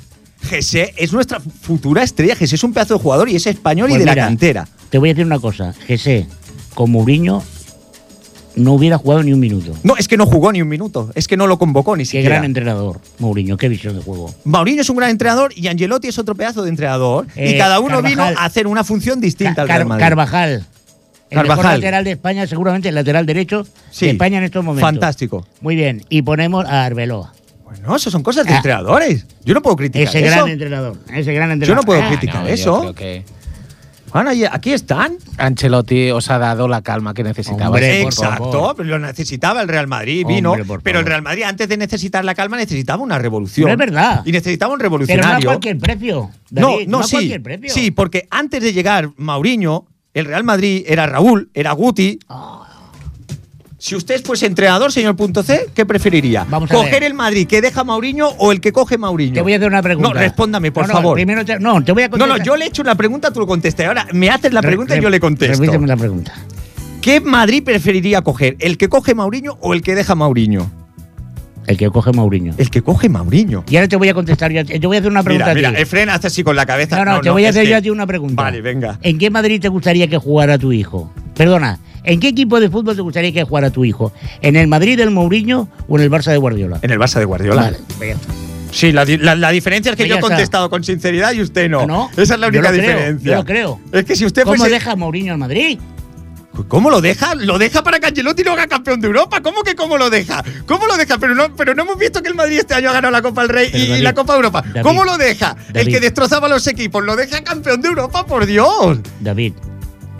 D: Gese es nuestra futura estrella. Gese es un pedazo de jugador y es español y
B: Pues
D: de la
B: mira,
D: cantera.
B: Te voy a decir una cosa. Jesse, con Mourinho no hubiera jugado ni un minuto.
D: No, es que no jugó ni un minuto. Es que no lo convocó ni
B: Qué
D: siquiera.
B: gran entrenador, Mourinho. Qué visión de juego.
D: Mourinho es un gran entrenador y Angelotti es otro pedazo de entrenador. y
B: Eh,
D: cada uno vino
B: Carvajal.
D: a hacer una
B: Ca-
D: función distinta al Real
B: Car-
D: Madrid.
B: Carvajal. El mejor
D: Carvajal.
B: lateral de España, seguramente el lateral derecho
D: Sí.
B: de España en estos momentos.
D: Fantástico.
B: Muy bien. Y ponemos a Arbeloa.
D: Bueno, eso son cosas de
B: Ah.
D: entrenadores. Yo no puedo criticar
B: Ese
D: eso.
B: gran entrenador. Ese gran entrenador.
D: no puedo
B: Ah,
D: criticar.
A: No, yo
D: eso.
A: creo que
D: Juan, ahí- aquí están.
A: Ancelotti os ha dado la calma que necesitabais.
B: Hombre, por
D: Exacto,
B: favor.
D: pero lo necesitaba el Real Madrid,
B: Hombre,
D: vino.
B: por
D: pero el
B: favor.
D: Real Madrid, antes de necesitar la calma, necesitaba una revolución.
B: Pero es verdad.
D: Y necesitaba un
B: Pero no a
D: revolucionario.
B: cualquier precio.
D: no,
B: David,
D: no,
B: a
D: sí.
B: cualquier precio.
D: Sí, porque antes de llegar Mauriño, el Real Madrid era Raúl, era Guti.
B: Ah.
D: Si usted fuese entrenador, señor Punto C, ¿qué preferiría?
B: Vamos a
D: ¿Coger
B: ver.
D: el Madrid que deja Mauriño o el que coge Mauriño?
B: Te voy a hacer una pregunta.
D: No, respóndame, por
B: No, no,
D: favor.
B: Primero te, no, te voy a
D: no,
B: contestar.
D: no, yo le he hecho una pregunta, tú lo contestas. Ahora me haces la
B: Re-
D: pregunta y
B: re-
D: yo le contesto.
B: Repíteme la pregunta.
D: ¿Qué Madrid preferiría coger? ¿El que coge Mauriño o el que deja Mauriño?
B: El que coge Mauriño.
D: El que coge Mauriño.
B: Y ahora te voy a contestar. Yo te yo voy a hacer una pregunta.
D: Mira,
B: a ti.
D: mira, Efren hace así con la
B: no,
D: cabeza.
B: no, te voy a
D: es
B: hacer
D: que-
B: yo a ti una pregunta.
D: Vale, venga.
B: ¿En qué Madrid te gustaría que jugara tu hijo? Perdona, ¿en qué equipo de fútbol te gustaría que jugara tu hijo? ¿En el Madrid del Mourinho o en el Barça de Guardiola?
D: En el Barça de Guardiola.
B: Vale, venga.
D: Sí, la, di- la- la diferencia es que
B: Pues
D: yo
B: ya
D: he
B: está.
D: contestado con sinceridad y usted no.
B: ¿No?
D: Esa es la
B: Yo
D: única
B: lo creo,
D: diferencia.
B: yo lo creo.
D: Es que si usted
B: ¿Cómo
D: fuese.
B: deja Mourinho al Madrid?
D: ¿Cómo lo deja? Lo deja para que Angelotti lo haga campeón de Europa. ¿Cómo que cómo lo deja? ¿Cómo lo deja? Pero no, pero no hemos visto que el Madrid este año ha ganado la Copa del Rey y,
B: Pero, David,
D: y la Copa de Europa.
B: David,
D: ¿Cómo lo deja? El
B: David.
D: que destrozaba a los equipos. Lo deja campeón de Europa, por Dios.
B: David.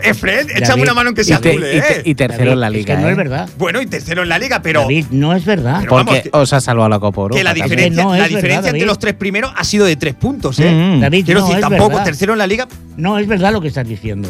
D: Eh, Fred, échame una mano en que
A: Y,
D: sea
A: te-
D: azul,
A: y
D: ¿eh?
A: te- y tercero en la
B: David, es
A: liga.
B: que no
A: ¿eh?
B: es verdad.
D: bueno, y tercero en la liga, pero
B: David, no es verdad.
D: Pero vamos,
A: Porque
D: que-
A: os ha salvado la Copa Europa.
D: que la
A: también.
D: diferencia,
B: no es
D: la
B: verdad,
D: diferencia entre
B: David.
D: los tres primeros ha sido de tres puntos, ¿eh?
E: Mm.
B: David,
D: Quiero
B: no,
D: decir,
B: es
D: tampoco
B: verdad.
D: tercero en la liga.
B: No, es verdad lo que estás diciendo.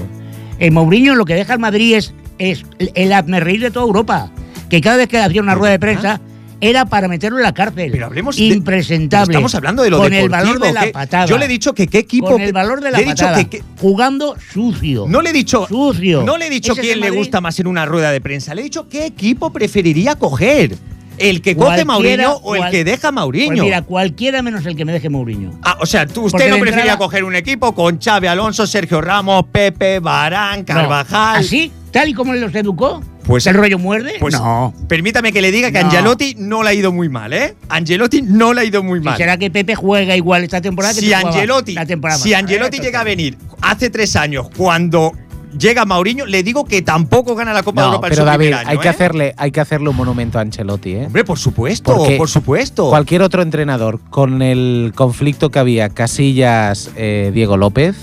B: El Mourinho lo que deja al Madrid es, es el hazmerreír de toda Europa. Que cada vez que hacía una rueda de prensa era para meterlo en la cárcel.
D: Pero hablemos de-
B: Impresentable.
D: pero estamos hablando de lo
B: Con el
D: deportivo,
B: valor de la
D: ¿qué?
B: patada.
D: Yo le he dicho que qué equipo
B: Con
D: que-
B: el valor de
D: le
B: la
D: he dicho
B: patada.
D: que- que-
B: Jugando sucio.
D: No le he dicho.
B: Sucio.
D: No le he dicho
B: Ese es
D: quién
B: el
D: le
B: Madrid.
D: gusta más en una rueda de prensa. Le he dicho qué equipo preferiría coger. El que
B: Cualquiera,
D: coge Mauriño o el
B: cual-
D: que deja Mauriño.
B: Pues mira, cualquiera menos el que me deje Mourinho.
D: Ah, o sea, tú, usted
B: Porque
D: no
B: de
D: prefería
B: entrada-
D: coger un equipo con Xavi Alonso, Sergio Ramos, Pepe, Barán,
B: No.
D: Carvajal.
B: ¿Así? ¿Tal y como los educó?
D: Pues-
B: ¿El rollo muerde?
D: Pues
B: no.
D: permítame que le diga que
B: No.
D: Angelotti no le ha ido muy mal, ¿eh? Angelotti no le ha ido muy mal.
B: ¿Será que Pepe juega igual esta temporada que
D: si
B: tú jugabas
D: Angelotti,
B: la temporada
D: si
B: pasada?
D: Angelotti
B: Eh,
D: llega a venir hace tres años, cuando llega Mauriño, le digo que tampoco gana la Copa de
A: No,
D: Europa en
A: pero
D: su primer
A: David,
D: año,
A: hay, que
D: ¿eh?
A: hacerle, hay que hacerle un monumento a Ancelotti. ¿eh?
D: Hombre, por supuesto,
A: Porque
D: por supuesto.
A: Cualquier otro entrenador, con el conflicto que había Casillas, eh, Diego López,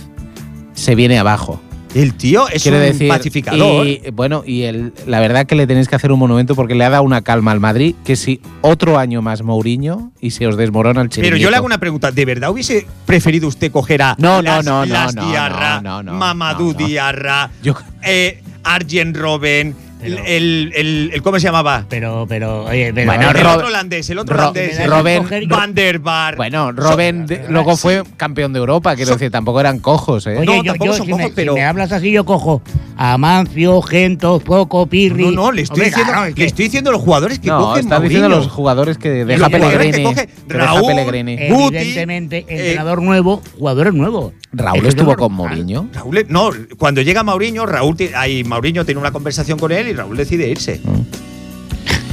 A: se viene abajo.
D: El tío es
A: Quiero
D: un
A: decir,
D: pacificador.
A: Y, bueno, y el- la verdad que le tenéis que hacer un monumento porque le ha dado una calma al Madrid que si otro año más Mourinho y se os desmorona el chiringuito.
D: Pero yo le hago una pregunta, ¿de verdad hubiese preferido usted coger a
A: No, no,
D: Las-
A: no, no,
D: Las
A: no,
D: Diarra,
A: no, no, no,
D: Mamadou
A: no, no.
D: Diarra,
A: Yo-
D: eh, Arjen Robben, el,
B: Pero-
D: el- el- el- ¿cómo se llamaba?
B: Pero, pero, oye, pero.
A: Bueno,
D: el
A: Rob-
D: otro holandés, el [laughs] otro
A: Ro-
D: holandés, el
A: Robben-
B: Coger-
D: Van der Vaart.
A: Bueno,
D: Son-
A: Robben de- luego fue campeón de Europa, quiero
D: son-
A: decir, tampoco eran cojos, ¿eh?
B: Oye,
D: No,
B: yo- yo,
D: tampoco son
B: si,
D: cojos,
B: me,
D: pero-
B: si me hablas así, yo cojo a Mancio, Gento, Foco, Pirri.
D: No, no, le estoy,
B: Hombre,
D: diciendo,
B: claro, es que-
D: le estoy diciendo a los jugadores que
A: no,
D: cogen
A: está diciendo
D: Mourinho.
A: los jugadores que deja
D: jugadores que
A: Pellegrini.
D: coge
A: que deja
D: Raúl,
A: Pellegrini.
D: eh, Guti,
B: Evidentemente,
D: eh,
B: entrenador nuevo, jugadores nuevos.
A: Raúl
B: Eso es
A: estuvo
B: normal.
A: con Mourinho.
D: Raúl, no, cuando llega Mauriño, Raúl, ti- ahí Mauriño tiene una conversación con él y Raúl decide irse.
A: Mm.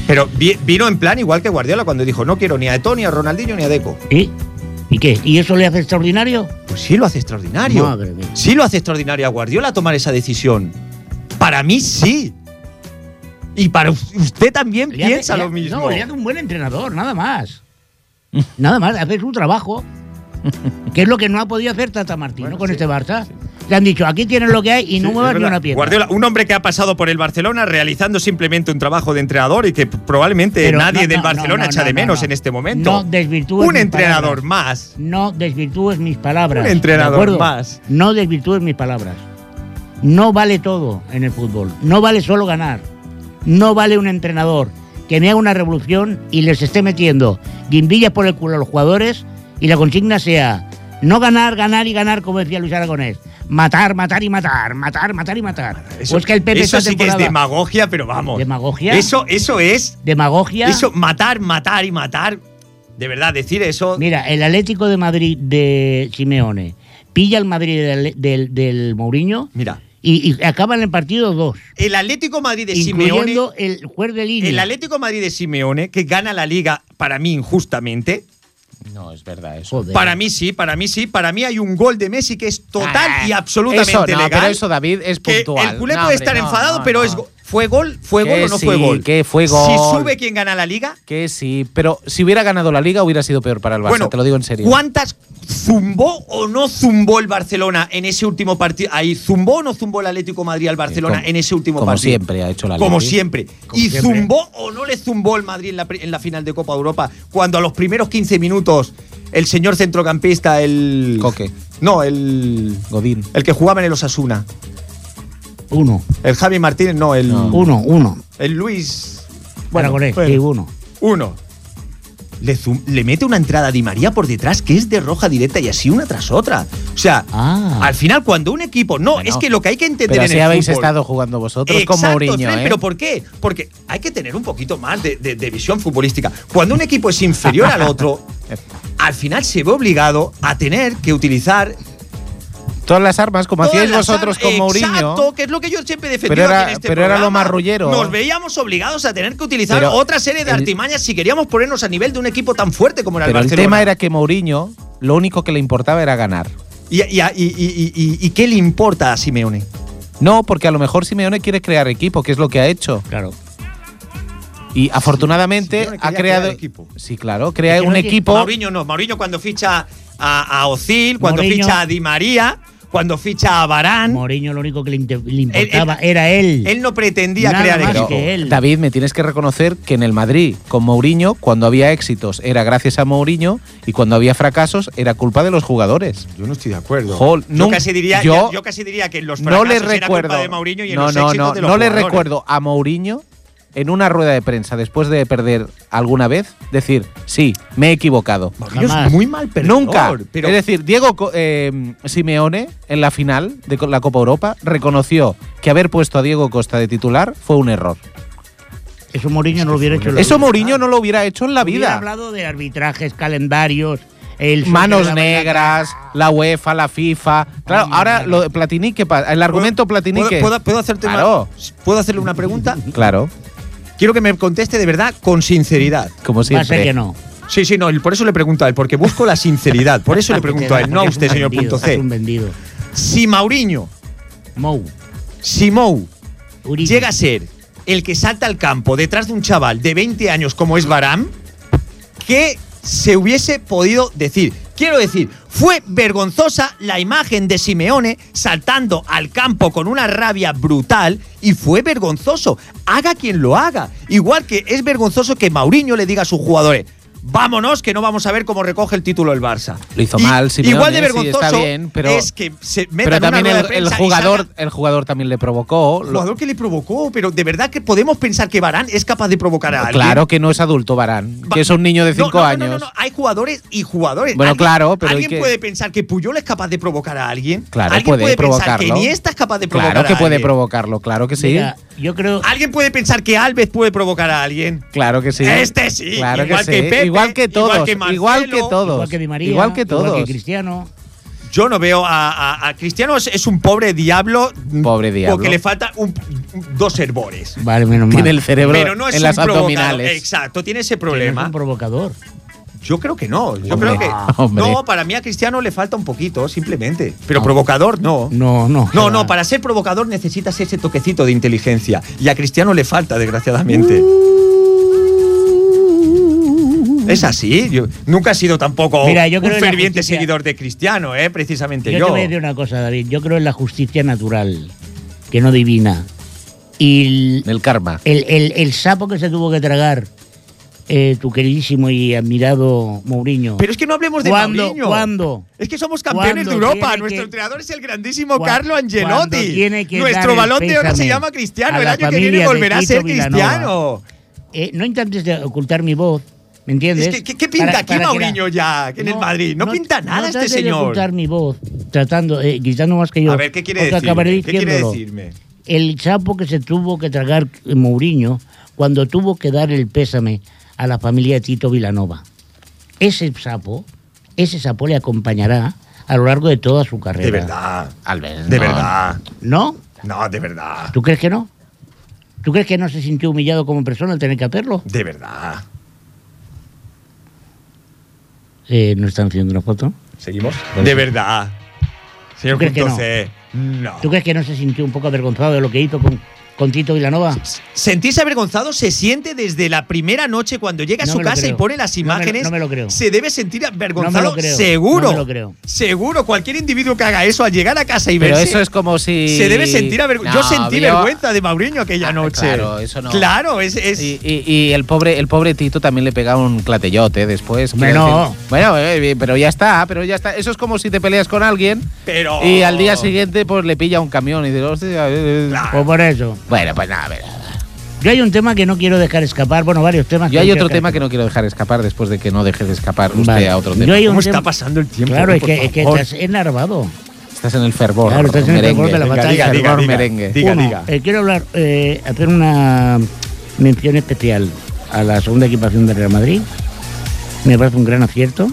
D: Pero vi- vino en plan igual que Guardiola cuando dijo, no quiero ni a Eto, ni a Ronaldinho, ni a Deco.
B: ¿Y? ¿Y qué? ¿Y eso le hace extraordinario?
D: Pues sí lo hace extraordinario.
B: Madre mía.
D: Sí lo hace extraordinario a Guardiola tomar esa decisión. Para mí sí. Y para us- usted también
B: Le hace-
D: piensa
B: le-
D: lo mismo.
B: No, le hace un buen entrenador, nada más. nada más, hace su trabajo. que es lo que no ha podido hacer Tata Martino
D: Bueno,
B: con
D: sí,
B: este Barça. Le han dicho, aquí tienes lo que hay y no
D: Sí, es
B: muevas ni
D: verdad.
B: una piedra.
D: Guardiola, un hombre que ha pasado por el Barcelona realizando simplemente un trabajo de entrenador y que p- probablemente
B: Pero
D: nadie
B: no,
D: del
B: no,
D: Barcelona
B: no, no,
D: echa de
B: no,
D: menos
B: no.
D: en este momento.
B: No desvirtúes
D: un
B: mis
D: entrenador
B: palabras.
D: más.
B: No desvirtúes mis palabras.
D: Un entrenador
B: ¿de acuerdo?
D: más.
B: No desvirtúes mis palabras. No vale todo en el fútbol. No vale solo ganar. No vale un entrenador que me haga una revolución y les esté metiendo guimbillas por el culo a los jugadores y la consigna sea no ganar, ganar y ganar, como decía Luis Aragonés. Matar, matar y matar. Matar, matar y matar. pues que el Pepe
D: eso
B: esta
D: sí que es
B: temporada-
D: demagogia, pero vamos.
B: ¿Demagogia?
D: Eso, eso es.
B: Demagogia.
D: Eso, matar, matar y matar. De verdad, decir eso.
B: Mira, el Atlético de Madrid de Simeone pilla al Madrid del, del, del Mourinho
D: Mira,
B: y, y acaban el partido dos.
D: el Atlético Madrid de Simeone.
B: incluyendo el juez de línea.
D: El Atlético Madrid de Simeone, que gana la liga para mí injustamente.
A: No, es verdad eso.
B: Joder.
D: Para mí sí, para mí sí. Para mí hay un gol de Messi que es total
A: Ah,
D: y absolutamente
A: eso no,
D: legal.
A: Pero eso, David, es
D: que
A: puntual.
D: el culé
A: No, hombre,
D: puede estar
A: no,
D: enfadado,
A: no,
D: pero
A: no.
D: es go- ¿fue gol? ¿Fue
A: Que
D: gol o no
A: sí,
D: fue gol?
A: que fue
D: Si
A: gol.
D: sube quien gana la liga,
A: Que sí, pero si hubiera ganado la liga hubiera sido peor para el Barça,
D: Bueno,
A: te lo digo en serio.
D: ¿Cuántas zumbó o no zumbó el Barcelona en ese último partido? Ahí, ¿zumbó o no zumbó el Atlético de Madrid al Barcelona
A: Eh, Como-
D: en ese último
A: Como
D: partido?
A: siempre ha hecho la liga.
D: Como siempre.
B: Como
D: ¿Y
B: siempre.
D: zumbó o no le zumbó el Madrid en la, pri- en la final de Copa Europa cuando a los primeros 15 minutos el señor centrocampista, el.
A: Coque.
D: No, el.
A: Godín.
D: El que jugaba en el Osasuna.
B: Uno,
D: El Javi Martínez, no, el.
A: No.
B: uno, uno.
D: El Luis.
B: Bueno, con
D: bueno.
B: sí, uno.
D: Uno. Le, zum- le mete una entrada a Di María por detrás que es de roja directa y así una tras otra. O sea,
B: Ah.
D: al final cuando un equipo... No,
A: Bueno,
D: es que lo que hay que entender
A: Pero
D: en
A: así
D: el
A: habéis
D: fútbol-
A: estado jugando vosotros con
D: Exacto,
A: Mourinho,
D: Fran,
A: ¿eh?
D: ¿Pero por qué? Porque hay que tener un poquito más de, de- de visión futbolística. Cuando un equipo es inferior
A: [laughs]
D: al otro, al final se ve obligado a tener que utilizar
A: Todas las armas, como hacíais
D: Todas las
A: vosotros
D: armas-
A: con Mourinho.
D: Exacto, que es lo que yo siempre he defendido
A: Pero era-
D: aquí en este
A: pero era lo
D: programa.
A: marrullero.
D: Nos veíamos obligados a tener que utilizar
A: Pero
D: otra serie de
A: el-
D: artimañas si queríamos ponernos a nivel de un equipo tan fuerte como era
A: Pero
D: el
A: el
D: Barcelona.
A: tema era que Mourinho lo único que le importaba era ganar.
D: ¿Y, y, y- y- y- y- y qué le importa a Simeone?
A: No, porque a lo mejor Simeone quiere crear equipo, que es lo que ha hecho.
B: Claro.
A: Y afortunadamente
D: Simeone
A: ha
D: quería
A: creado.
D: crear equipo.
A: Sí, claro, crea
B: Simeone
A: un
B: quiere-
A: equipo.
D: Mauriño no. Mauriño cuando ficha a, a Ozil, cuando
B: Mourinho.
D: ficha a Di María, cuando ficha a Barán,
B: Mourinho lo único que le, inte- le
D: él-
B: importaba era él.
D: él no pretendía
B: Nada
D: crear
B: más
D: equipo.
B: que él.
A: David, me tienes que reconocer que en el Madrid, con Mourinho, cuando había éxitos era gracias a Mourinho y cuando había fracasos era culpa de los jugadores.
D: Yo no estoy de acuerdo.
A: Jol,
D: yo,
A: nun-
D: casi diría,
A: yo
D: yo, yo casi diría que en los
A: no
D: fracasos
A: le
D: era culpa
A: recuerdo.
D: de Mourinho y en
A: no,
D: los
A: no,
D: éxitos
A: no,
D: de los
A: no le
D: jugadores.
A: recuerdo a Mourinho en una rueda de prensa después de perder alguna vez decir, sí, me he equivocado.
D: Mourinho
B: Jamás.
D: es muy mal perdedor.
A: Nunca.
D: Pero
A: es decir, Diego Co- eh, Simeone en la final de co- la Copa Europa reconoció que haber puesto a Diego Costa de titular fue un error.
B: Eso Mourinho no lo hubiera hecho. en la
A: Eso
B: vida.
A: Mourinho no lo hubiera hecho en la
B: Hubiera
A: vida.
B: hablado de arbitrajes, calendarios, el
A: Manos negras, la UEFA, la FIFA. Claro,
B: Hombre,
A: ahora
B: claro.
A: lo de Platini, ¿qué pasa? El argumento Platini
D: ¿Puedo,
A: que.
D: puedo- puedo hacerte
A: Claro.
D: una, ¿Puedo hacerle una pregunta?
A: Claro,
D: Quiero que me conteste de verdad con sinceridad.
A: como
B: Va a ser
A: siempre.
B: que no.
D: Sí, sí, no, y por eso le pregunto a él, porque busco la sinceridad.
B: [laughs]
D: Por eso le pregunto a él, no a usted, señor
B: Vendido,
D: punto
B: Es
D: C.
B: un vendido.
D: Si Mauriño,
B: Mou.
D: si Mou
B: Uribe.
D: llega a ser el que salta al campo detrás de un chaval de 20 años como es Baram, ¿qué se hubiese podido decir? Quiero decir, fue vergonzosa la imagen de Simeone saltando al campo con una rabia brutal y fue vergonzoso. Haga quien lo haga. Igual que es vergonzoso que Mauriño le diga a sus jugadores. Vámonos, que no vamos a ver cómo recoge el título el Barça.
A: Lo hizo
D: Y-
A: mal, Simeone,
D: Igual de
A: sí,
D: vergonzoso
A: está bien, pero-
D: es que se meta
A: Pero también el, el jugador,
D: jugador
A: el jugador también le provocó. Lo-
D: jugador que le provocó, pero de verdad que podemos pensar que Barán es capaz de provocar a alguien.
A: Claro que no es adulto Barán,
D: Ba-
A: que es un niño de
D: No,
A: 5
D: no, no, no,
A: años.
D: No, no, hay jugadores y jugadores.
A: Bueno,
D: Alguien-
A: claro, pero ¿y
D: ¿Alguien
A: qué?
D: puede pensar que Puyol es capaz de provocar a alguien?
A: Claro,
D: ¿Alguien
A: puede
D: pensar que
A: provocarlo.
D: Iniesta es capaz de provocar
A: Claro que
D: a
A: puede
D: alguien?
A: provocarlo, claro que sí.
B: Mira, yo creo.
D: ¿Alguien puede pensar que Alves puede provocar a alguien?
A: Claro que sí.
D: Este sí,
A: Claro
D: igual
A: que,
D: que
A: sí.
D: Pepe,
A: igual que
D: igual
A: todos. Igual
D: que
A: que,
D: Marcelo,
A: todos.
B: Igual que Di María.
A: Igual que todos.
B: Igual que Cristiano.
D: Yo no veo a, a- a Cristiano, es, es un pobre diablo. mm,
A: Pobre diablo.
D: Porque le falta un- un- dos hervores.
B: Vale, menos mal.
A: Tiene el cerebro
D: Pero no es
A: en
D: un
A: las
D: provocador.
A: abdominales.
D: Exacto, tiene ese
B: Pero
D: problema.
B: Es un provocador.
D: Yo creo que no. Yo
A: Hombre,
D: creo que.
B: Ah,
A: hombre.
D: No, para mí a Cristiano le falta un poquito, simplemente. Pero provocador no.
B: Ah. No, no.
D: No, no, para ser provocador necesitas ese toquecito de inteligencia. Y a Cristiano le falta, desgraciadamente. Es así. Yo nunca he sido tampoco
B: Uh. Mira, yo creo
D: un
B: en la
D: ferviente
B: justicia-
D: seguidor de Cristiano, ¿eh? precisamente
B: Yo
D: yo.
B: te voy a decir una cosa, David. Yo creo en la justicia natural, que no divina. Y el,
A: El karma.
B: el- el- el sapo que se tuvo que tragar eh, tu queridísimo y admirado Mourinho.
D: Pero es que no hablemos de
B: ¿Cuándo?
D: Mourinho.
B: ¿Cuándo?
D: Es que somos campeones de
B: ¿Cuándo
D: Europa.
B: tiene
D: Nuestro
B: que-
D: entrenador es el grandísimo
B: Cuan-
D: Carlo
B: cuando
D: Angelotti.
B: tiene que dar
D: Nuestro
B: el
D: balón de oro se
B: pésame
D: llama Cristiano.
B: a
D: El
B: la
D: año que
B: familia
D: viene
B: de
D: volverá a
B: Tito
D: ser
B: Vilanova.
D: Cristiano.
B: Eh, no intentes de ocultar mi voz, ¿me entiendes?
D: Es que, ¿qué, qué pinta
B: Para-
D: aquí
B: para que la-
D: Mauriño ya en el Madrid? No, pinta nada
B: no
D: este
B: trates de
D: señor.
B: ocultar mi voz, tratando, eh, gritando más que yo.
D: A ver, ¿qué quiere
B: Os acabaré
D: decir? ¿Qué quiere
B: diciéndolo.
D: decirme?
B: El sapo que se tuvo que tragar Mourinho cuando tuvo que dar el pésame a la familia de Tito Vilanova. Ese sapo, ese sapo le acompañará a lo largo de toda su carrera.
D: De verdad.
A: Albert,
D: De
A: no.
D: verdad.
B: ¿No?
D: No, de verdad.
B: ¿Tú crees que no? ¿Tú crees que no se sintió humillado como persona al tener que hacerlo?
D: De verdad.
B: Eh, ¿No están haciendo una foto?
D: ¿Seguimos? De verdad. Señor
B: Pues ¿Tú crees que
D: punto
B: no?
D: C. No.
B: ¿Tú crees que no se sintió un poco avergonzado de lo que hizo con, con Tito Vilanova?
D: Sentirse avergonzado se siente desde la primera noche cuando llega a
B: No
D: su
B: me lo
D: casa y
B: creo.
D: pone
B: No
D: las
B: me lo-
D: imágenes.
B: no me lo creo.
D: Se debe sentir avergonzado.
B: No me lo creo.
D: Seguro.
B: No me lo creo.
D: Seguro. Cualquier individuo que haga eso al llegar a casa y
A: Pero
D: verse.
A: eso es como si.
D: Se debe sentir avergüenza. Yo
A: No,
D: sentí
A: vio-
D: vergüenza de Mauriño aquella
A: Ah,
D: noche.
A: claro, eso no.
D: Claro, es. es-
A: Y, y- y el pobre el pobre Tito también le pegaba un clatellote después.
B: Hombre,
A: quiero
B: no.
A: decir. Bueno, eh, pero ya está, pero ya está. Eso es como si te peleas con alguien
D: Pero.
A: y al día siguiente pues le pilla un camión y dices, "Hostia, eh, eh".
D: Claro.
B: Pues por eso.
A: Bueno, pues nada, a
D: [laughs]
A: ver.
B: Yo hay un tema que no quiero dejar escapar. Bueno, varios temas.
A: Yo
B: no
A: hay
B: quiero
A: otro tema
B: dejar
A: que no quiero dejar escapar después de que no deje de escapar
B: escapar.
A: usted
B: Vale.
A: a otro
B: Yo
A: tema.
B: hay un
D: ¿Cómo está
B: tema-
D: pasando el tiempo?
B: Claro,
D: eh,
B: es
D: por
B: que, es que
D: favor?
B: estás enarvado.
A: Estás en el fervor.
B: Claro, estás en el
A: merengue.
B: fervor de la
A: Venga,
B: batalla.
A: diga,
D: Diga,
A: fervor
D: diga,
A: merengue.
D: diga.
B: Uno, eh, quiero hablar, eh, hacer una mención especial a la segunda equipación del Real Madrid. Me parece un gran acierto.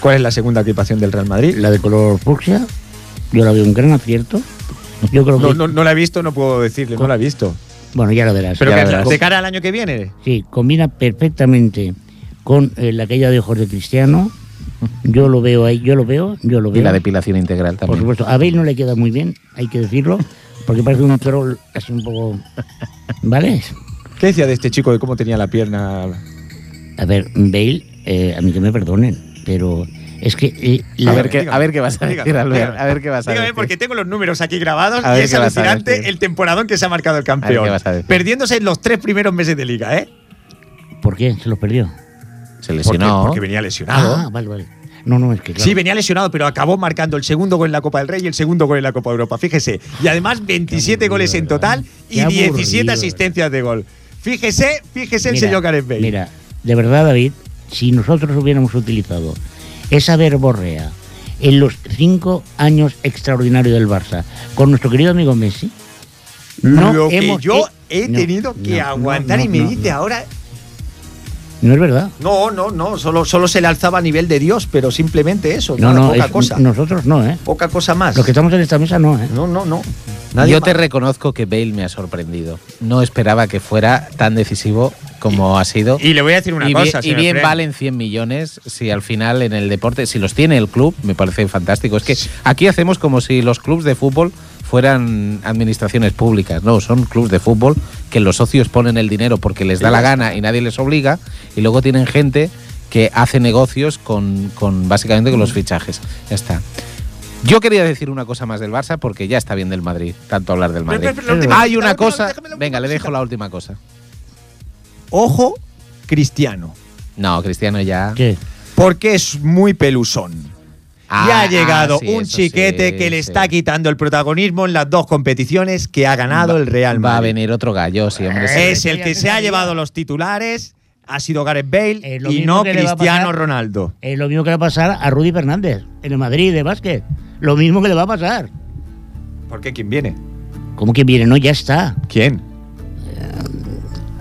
D: ¿Cuál es la segunda equipación del Real Madrid?
B: La de color fucsia, yo la veo un gran acierto. Yo creo que.
D: No, no, no la he visto, no puedo decirle, no la he visto.
B: Bueno, ya lo verás.
D: Pero
B: Ya
D: que
B: lo verás.
D: de cara al año que viene.
B: Sí, combina perfectamente con eh, la que ella dejó de Cristiano. Yo lo veo ahí, yo lo veo, yo lo
A: Y
B: veo.
A: la depilación integral
B: Por
A: también.
B: supuesto, a Bale no le queda muy bien, hay que decirlo, porque parece un troll así un poco. ¿Vale?
D: ¿Qué decía de este chico de cómo tenía la pierna?
B: A ver, Bale, eh, a mí que me perdonen, pero es que. eh, la-
A: a, ver qué,
D: dígame.
A: a ver qué vas a decir,
D: Dígame,
A: Albert.
D: dígame.
A: a ver qué vas a
D: Dígame,
A: decir.
D: porque tengo los números aquí grabados
A: A ver
D: y es
A: qué vas a decir.
D: alucinante el temporadón que se ha marcado
A: A
D: el
A: ver qué
D: campeón.
A: vas a decir.
D: Perdiéndose en los tres primeros meses de liga, ¿eh?
B: ¿Por qué? Se los perdió.
A: Se
D: Porque,
A: lesionó.
D: porque venía lesionado.
B: Ah, vale, vale. No, no, es que. Claro.
D: Sí, venía lesionado, pero acabó marcando el segundo gol en la Copa del Rey y el segundo gol en la Copa Europa, fíjese. Y además 27 goles en total y
B: Qué aburrido,
D: 17
B: ¿verdad?
D: asistencias de gol. Fíjese, fíjese el
B: Mira,
D: señor Gareth Bale.
B: Mira, de verdad, David, si nosotros hubiéramos utilizado esa verborrea en los cinco años extraordinarios del Barça con nuestro querido amigo Messi, no
D: Lo que
B: hemos-
D: yo
B: eh,
D: he
B: no,
D: tenido
B: no,
D: que
B: no,
D: aguantar
B: no,
D: y me
B: no,
D: dice
B: no.
D: ahora
B: no es verdad.
D: No, no, no, solo, solo se le alzaba a nivel de Dios, pero simplemente eso,
B: No,
D: nada,
B: no,
D: poca
B: es-
D: cosa,
B: nosotros no, ¿eh?
D: poca cosa más.
B: Los que estamos en esta mesa no, ¿eh?
D: No, no, no.
A: Yo
D: más.
A: te reconozco que Bale me ha sorprendido. No esperaba que fuera tan decisivo como ha sido.
D: Y le voy a decir una
A: y bien,
D: cosa,
A: y
D: señor
A: bien
D: Fren.
A: valen 100 millones si al final en el deporte, si los tiene el club, me parece fantástico. Es que aquí hacemos como si los clubes de fútbol fueran administraciones públicas. No, son clubes de fútbol que los socios ponen el dinero porque les da la gana y nadie les obliga. Y luego tienen gente que hace negocios con, con básicamente con los
D: Mm.
A: fichajes. Ya está. Yo quería decir una cosa más del Barça porque ya está bien del Madrid, tanto hablar del
D: Pero,
A: Madrid.
D: pero, pero, la última-
A: Hay
D: la
A: una
D: última-
A: cosa.
D: déjame la última
A: Venga, le dejo
D: cosita.
A: la última cosa.
D: Ojo, Cristiano,
A: No, Cristiano ya.
B: ¿Qué?
D: porque es muy pelusón. y
A: Ah,
D: ha llegado
A: ah, sí,
D: un
A: eso
D: chiquete
A: sí,
D: que le
A: sí.
D: está quitando el protagonismo en las dos competiciones que ha ganado el Real
A: Va a
D: Madrid. Eh,
A: venir otro gallo, sí, hombre. sí.
D: Es el que se ha llevado los titulares, ha sido Gareth Bale
B: Eh, lo
D: y
B: mismo
D: no
B: que le va a
D: Cristiano
B: pasar-
D: Ronaldo.
B: Es lo mismo que le va a pasar a Rudy Fernández en el Madrid de básquet. Lo mismo que le va a pasar.
D: ¿Por qué? ¿Quién viene?
B: ¿Cómo que viene? No, ya está.
D: ¿Quién?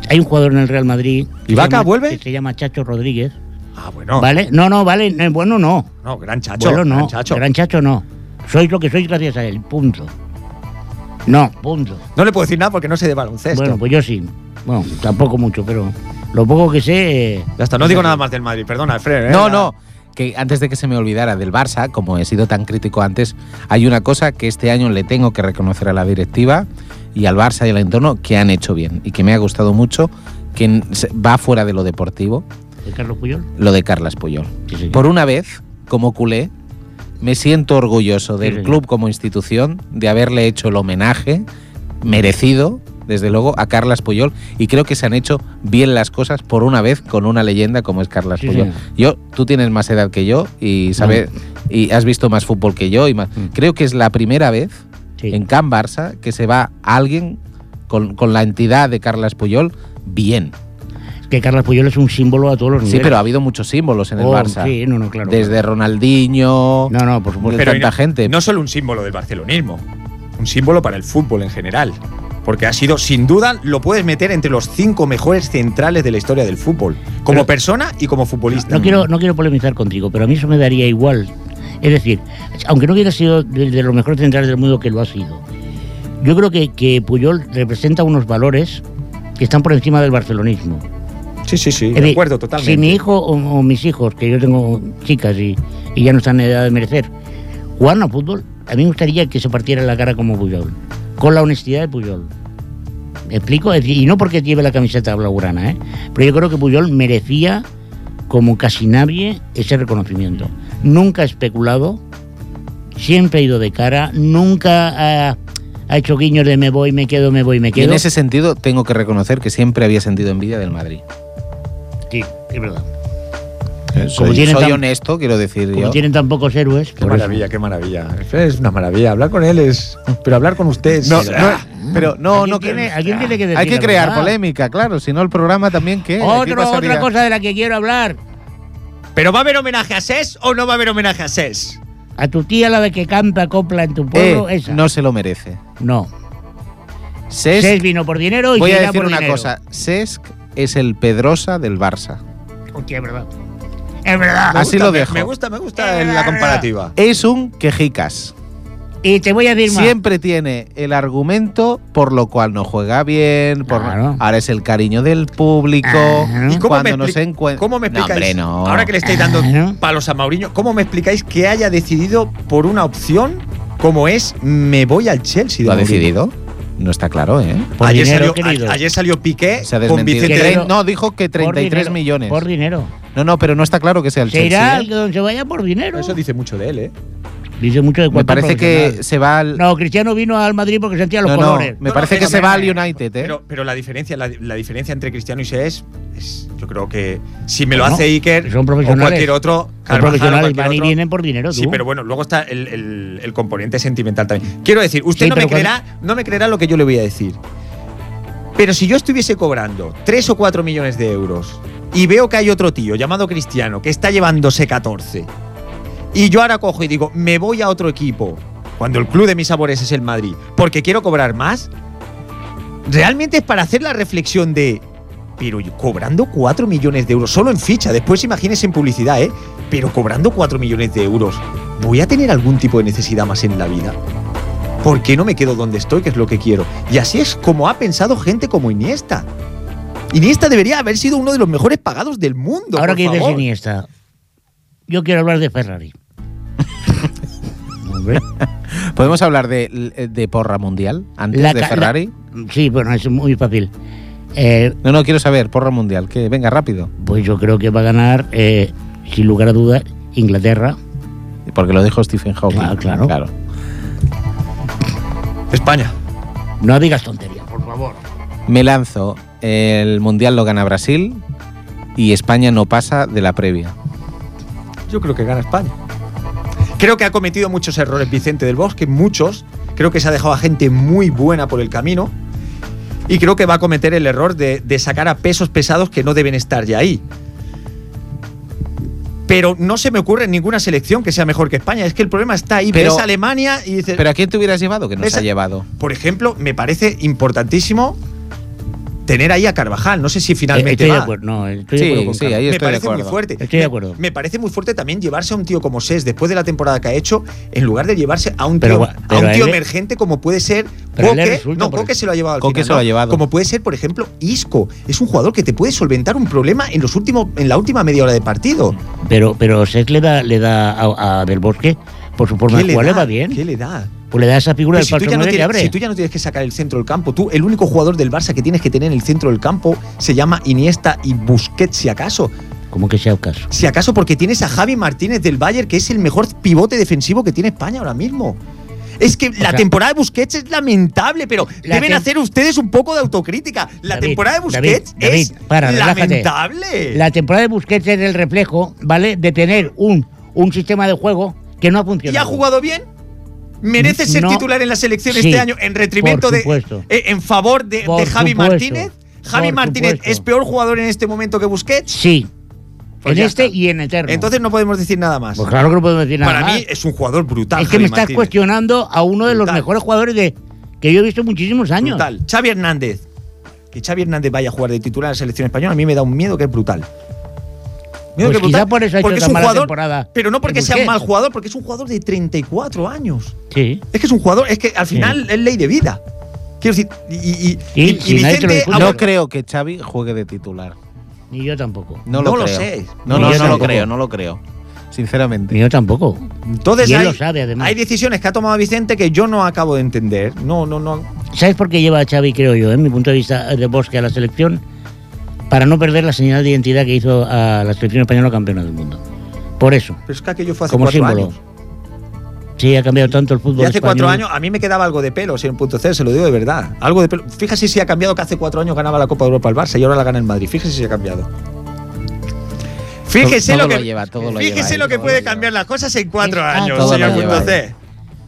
B: Hay un jugador en el Real Madrid. que
D: ¿Y Vaca
B: se llama-
D: vuelve?
B: Que se llama Chacho Rodríguez.
D: Ah, bueno.
B: ¿Vale? No, no, vale. no, bueno, no.
D: No, gran chacho.
B: Bueno, no.
D: gran chacho.
B: Gran Chacho no. Sois lo que sois gracias a él. Punto. No, punto.
D: No le puedo decir nada porque no sé de baloncesto.
B: Bueno, pues yo sí. Bueno, tampoco mucho, pero lo poco que sé. eh,
D: ya está, no digo nada más del Madrid, perdona, Alfred. ¿eh?
A: No,
D: La-
A: no. Que antes de que se me olvidara del Barça, como he sido tan crítico antes, hay una cosa que este año le tengo que reconocer a la directiva y al Barça y al entorno que han hecho bien y que me ha gustado mucho, que n- se- va fuera de lo deportivo,
B: ¿De Carlos Puyol?
A: lo de Carlas Puyol.
B: Sí, señor.
A: Por una vez, como culé, me siento orgulloso
B: Sí,
A: del
B: señor.
A: club como institución de haberle hecho el homenaje merecido, desde luego, a Carlas Puyol. Y creo que se han hecho bien las cosas por una vez con una leyenda como es Carlas
B: Sí,
A: Puyol.
B: señor.
A: Yo, tú tienes más edad que yo y sabes y has visto más fútbol que yo. Y más.
B: Mm.
A: Creo que es la primera vez
B: Sí.
A: en Can Barça que se va alguien con, con la entidad de Carlas Puyol bien.
B: Es que Carlos Puyol es un símbolo a todos los
A: Sí,
B: niveles.
A: pero ha habido muchos símbolos en el
B: Pues Oh,
A: Barça.
B: Sí, no, no, claro.
A: Desde Ronaldinho.
B: No, no, por supuesto.
A: Pero- tanta
D: y no-
A: gente.
D: No solo un símbolo del barcelonismo, un símbolo para el fútbol en general. Porque ha sido, sin duda, lo puedes meter entre los cinco mejores centrales de la historia del fútbol. Como
B: Pero-
D: persona y como futbolista.
B: No quiero, no quiero polemizar contigo, pero a mí eso me daría igual. Es decir, aunque no hubiera sido de, de los mejores centrales del mundo que lo ha sido, yo creo que, que Puyol representa unos valores que están por encima del barcelonismo.
D: Sí, sí, sí.
B: Es
D: De
B: decir,
D: acuerdo, totalmente.
B: Si mi hijo o, o mis hijos, que yo tengo chicas y, y ya no están en edad de merecer, jugaran a fútbol, a mí me gustaría que se partiera la cara como Puyol, con la honestidad de Puyol. ¿Me explico? Es decir, Y no porque lleve la camiseta blaugrana, ¿eh? pero yo creo que Puyol merecía, como casi nadie, ese reconocimiento. Nunca ha especulado, siempre ha ido de cara, nunca ha, ha hecho guiños de me voy, me quedo, me voy, me
A: Y
B: quedo.
A: en ese sentido tengo que reconocer que siempre había sentido envidia del Madrid.
B: Sí, es verdad.
A: Soy,
B: tienen
A: soy
B: Eh, tan-
A: honesto, quiero decir
B: Como
A: yo.
B: tienen tan pocos héroes.
D: Qué
B: por eso.
D: maravilla, qué maravilla. Alfred es una maravilla. Hablar con él es. Pero hablar con usted.
A: No,
D: es-
A: no, pero no,
B: ¿Alguien
A: no
B: tiene- alguien tiene que decir
A: hay que
B: la
A: crear
B: verdad?
A: polémica, claro. Si no el programa también Eh, qué. Aquí
B: Otro,
A: pasaría-
B: otra cosa de la que quiero hablar.
D: ¿Pero va a haber homenaje a SES o no va a haber homenaje a SES?
B: A tu tía, la de que canta copla en tu pueblo,
A: Eh,
B: esa.
A: no se lo merece.
B: No.
A: Sesc,
B: Ses vino por dinero y
A: voy
B: se
A: a
B: irá
A: decir
B: por
A: una
B: dinero.
A: cosa. Sesc es el Pedrosa del Barça.
B: Hostia, es verdad. Es verdad.
D: Me
A: Así
D: gusta,
A: lo
D: me-
A: dejo.
D: Me gusta, me gusta la comparativa.
A: Es un quejicas.
B: Y te voy a decir más.
A: Siempre tiene el argumento por lo cual no juega bien. Por
B: Claro.
A: Ahora es el cariño del público.
B: Ajá. ¿Y
A: Cuando no
D: expli-
A: se encuentra.
D: ¿Cómo me explicáis?
A: No, hombre, no.
D: Ahora que le estáis dando
B: Ah, ¿no?
D: palos a Mauriño, ¿cómo me explicáis que haya decidido por una opción como es, me voy al Chelsea. de
A: ¿Lo ha
D: Mourinho.
A: decidido? No está claro, ¿eh?
B: Por
D: ayer,
B: dinero,
D: salió,
B: querido.
D: a- ayer salió Piqué
A: Se ha
D: Eh, con
A: desmentido.
D: Vicente.
A: Que
B: Pero-
A: tre- no, dijo que 33
B: Por dinero,
A: millones.
B: Por dinero.
A: No, no, pero no está claro que sea el
B: Se irá
A: Chelsea.
B: al
A: ¿eh?
B: que donde se vaya por dinero.
D: Eso dice mucho de él, ¿eh?
B: Dice mucho de
A: Me
B: cualquier
A: parece que
B: profesional.
A: se va al.
B: No, Cristiano vino al Madrid porque sentía los
A: no, no,
B: colores.
A: me
D: No,
A: parece
D: no,
A: que
D: pero-
A: se va al United, ¿eh?
D: Pero, pero la diferencia, la, la diferencia entre Cristiano y Sees es, yo creo que si me lo
B: Bueno,
D: hace Iker
B: son
D: o
B: profesionales.
D: cualquier otro,
B: Los
D: Carvajal,
B: profesionales
D: o cualquier
B: van y
D: otro-
B: vienen por dinero, tú.
D: Sí, pero bueno, luego está el, el- el componente sentimental también. Quiero decir, usted
B: Sí,
D: no, me
B: pero cuando-
D: creerá, no me creerá lo que yo le voy a decir. Pero si yo estuviese cobrando 3 o 4 millones de euros y veo que hay otro tío llamado Cristiano que está llevándose 14 y yo ahora cojo y digo, me voy a otro equipo cuando el club de mis sabores es el Madrid porque quiero cobrar más, realmente es para hacer la reflexión de, pero yo- cobrando 4 millones de euros solo en ficha, después imagínense en publicidad, ¿eh? Pero cobrando 4 millones de euros, ¿voy a tener algún tipo de necesidad más en la vida? ¿Por qué no me quedo donde estoy, que es lo que quiero? Y así es como ha pensado gente como Iniesta. Iniesta debería haber sido uno de los mejores pagados del mundo.
B: Ahora
D: por
B: que dices
D: favor.
B: Iniesta, yo quiero hablar de
D: [laughs]
B: Ferrari. Hombre.
A: ¿Podemos hablar de, de porra mundial antes
B: La
A: de
B: ca-
A: Ferrari?
B: Sí, bueno, es muy fácil. Eh,
A: No, no, quiero saber, porra mundial, que venga rápido.
B: pues yo creo que va a ganar, eh, sin lugar a dudas, Inglaterra.
A: Porque lo dijo Stephen Hawking.
B: Claro, claro.
D: España.
B: No digas tonterías, por favor.
A: Me lanzo, el mundial lo gana Brasil y España no pasa de la previa.
D: Yo creo que gana España. Creo que ha cometido muchos errores Vicente del Bosque, muchos. Creo que se ha dejado a gente muy buena por el camino. Y creo que va a cometer el error de, de sacar a pesos pesados que no deben estar ya ahí. Pero no se me ocurre ninguna selección que sea mejor que España. Es que el problema está ahí.
A: Pero-
D: Pero, Ves Alemania y dices.
A: ¿Pero a quién te hubieras llevado que no se
D: Esa-
A: ha llevado?
D: por ejemplo, me parece importantísimo tener ahí a Carvajal. No sé si
B: Eh,
D: finalmente
B: estoy de
D: va.
B: acuerdo, no, estoy de
A: Sí,
B: acuerdo con
A: sí,
B: Carlos.
A: ahí
D: me
A: estoy de
D: parece muy
A: acuerdo.
D: fuerte.
B: Estoy de
D: Me-
B: acuerdo.
D: Me, parece muy fuerte también llevarse a un tío como Ses después de la temporada que ha hecho, en lugar de llevarse a un tío,
B: Pero va-
D: a
B: pero
D: un
B: a
D: tío
B: él le-
D: emergente como puede ser
B: pero a él le
D: Coque.
B: resulta
D: No,
B: por
D: Coque
B: eso.
D: se lo ha llevado al
A: Coque
D: final,
A: se lo
D: ¿no?
A: ha llevado.
D: Como puede ser, por ejemplo, Isco. Es un jugador que te puede solventar un problema en los últimos, en la última media hora de partido.
B: Pero, pero Sek le da, le da a, a Del Bosque, por su forma
D: ¿Qué
B: de jugar, le va bien.
D: ¿Qué le da?
B: Pues le da esa figura
D: Pero
B: del
D: si, tú
B: falso
D: ya no
B: 9 que
D: tienes,
B: abre.
D: si tú ya no tienes que sacar el centro del campo, tú, el único jugador del Barça que tienes que tener en el centro del campo se llama Iniesta y Busquets, si acaso.
B: Como que sea el caso.
D: Si acaso porque tienes a Javi Martínez del Bayern, que es el mejor pivote defensivo que tiene España ahora mismo. Es que la
B: sea-
D: temporada de Busquets es lamentable, pero
B: La
D: deben
B: tem-
D: hacer ustedes un poco de autocrítica. La
B: David,
D: temporada de Busquets
B: David,
D: es
B: David, para, relájate.
D: lamentable.
B: La temporada de Busquets es el reflejo, ¿vale? De tener un, un sistema de juego que no ha
D: ¿Y
B: funcionado.
D: ha jugado bien? ¿Merece ser
B: No.
D: titular en la selección
B: Sí,
D: este año en retrimento
B: por
D: de.
B: supuesto.
D: eh, en favor de, de
B: Por
D: Javi
B: supuesto.
D: Martínez? ¿Javi
B: Por
D: Martínez
B: supuesto.
D: es peor jugador en este momento que Busquets?
B: Sí.
D: Pues
B: en
D: ya
B: este
D: está.
B: y en Eterno.
D: Entonces no podemos decir nada más.
B: pues claro que no podemos decir nada
D: Para
B: más.
D: mí es un jugador brutal.
B: es que
D: Javi
B: me estás
D: Martínez.
B: cuestionando a uno de los
D: Brutal.
B: mejores jugadores de, que yo he visto muchísimos años.
D: Brutal. Xavi Hernández. Que Xavi Hernández vaya a jugar de titular en la selección española, a mí me da un miedo que es brutal.
B: Pues
D: que es
B: quizá por eso ha hecho
D: porque es
B: tan
D: un
B: mala
D: jugador-
B: temporada
D: Pero no porque
B: el
D: sea un
B: Busquets.
D: mal jugador, porque es un jugador de 34 años.
B: Sí.
D: Es que es un jugador, es que al final es ley de vida. Quiero decir, y, y-
B: Y-
D: y- y
B: si nadie te lo
D: Vicente,
B: discute.
D: ah,
A: No
D: bueno,
A: creo que Xavi juegue de titular.
B: Ni yo tampoco.
A: No
D: No
A: lo,
D: lo
A: creo.
D: sé.
A: No,
B: Ni
A: no,
B: yo
A: no lo
B: tampoco.
A: creo, no lo creo. Sinceramente.
B: Ni yo tampoco.
D: entonces
B: Y él
D: hay,
B: lo sabe, además.
D: hay decisiones que ha tomado Vicente que yo no acabo de entender. No, no, no.
B: ¿Sabes por qué lleva a Xavi, creo yo, en mi punto de vista, eh, de Bosque a la selección? Para no perder la señal de identidad que hizo a la selección española campeona del mundo. Por eso.
D: Pero es que aquello fue hace
B: Como
D: cuatro
B: símbolo.
D: años.
B: Sí, ha cambiado tanto el fútbol
D: Y hace cuatro
B: español.
D: años a mí me quedaba algo de pelo, en punto C, se lo digo de verdad. Algo de pelo. Fíjese si ha cambiado que hace cuatro años ganaba la Copa de Europa el Barça y ahora la gana el Madrid. Fíjese si ha cambiado. Fíjese
A: Todo- todo
D: lo que,
A: lo lleva, todo lo lleva
D: fíjese
A: él,
D: lo que
A: todo
D: puede
A: lo lleva.
D: cambiar las cosas en cuatro
B: Ah,
D: años,
A: todo lo
D: señor
A: lleva
D: punto
A: él.
D: C.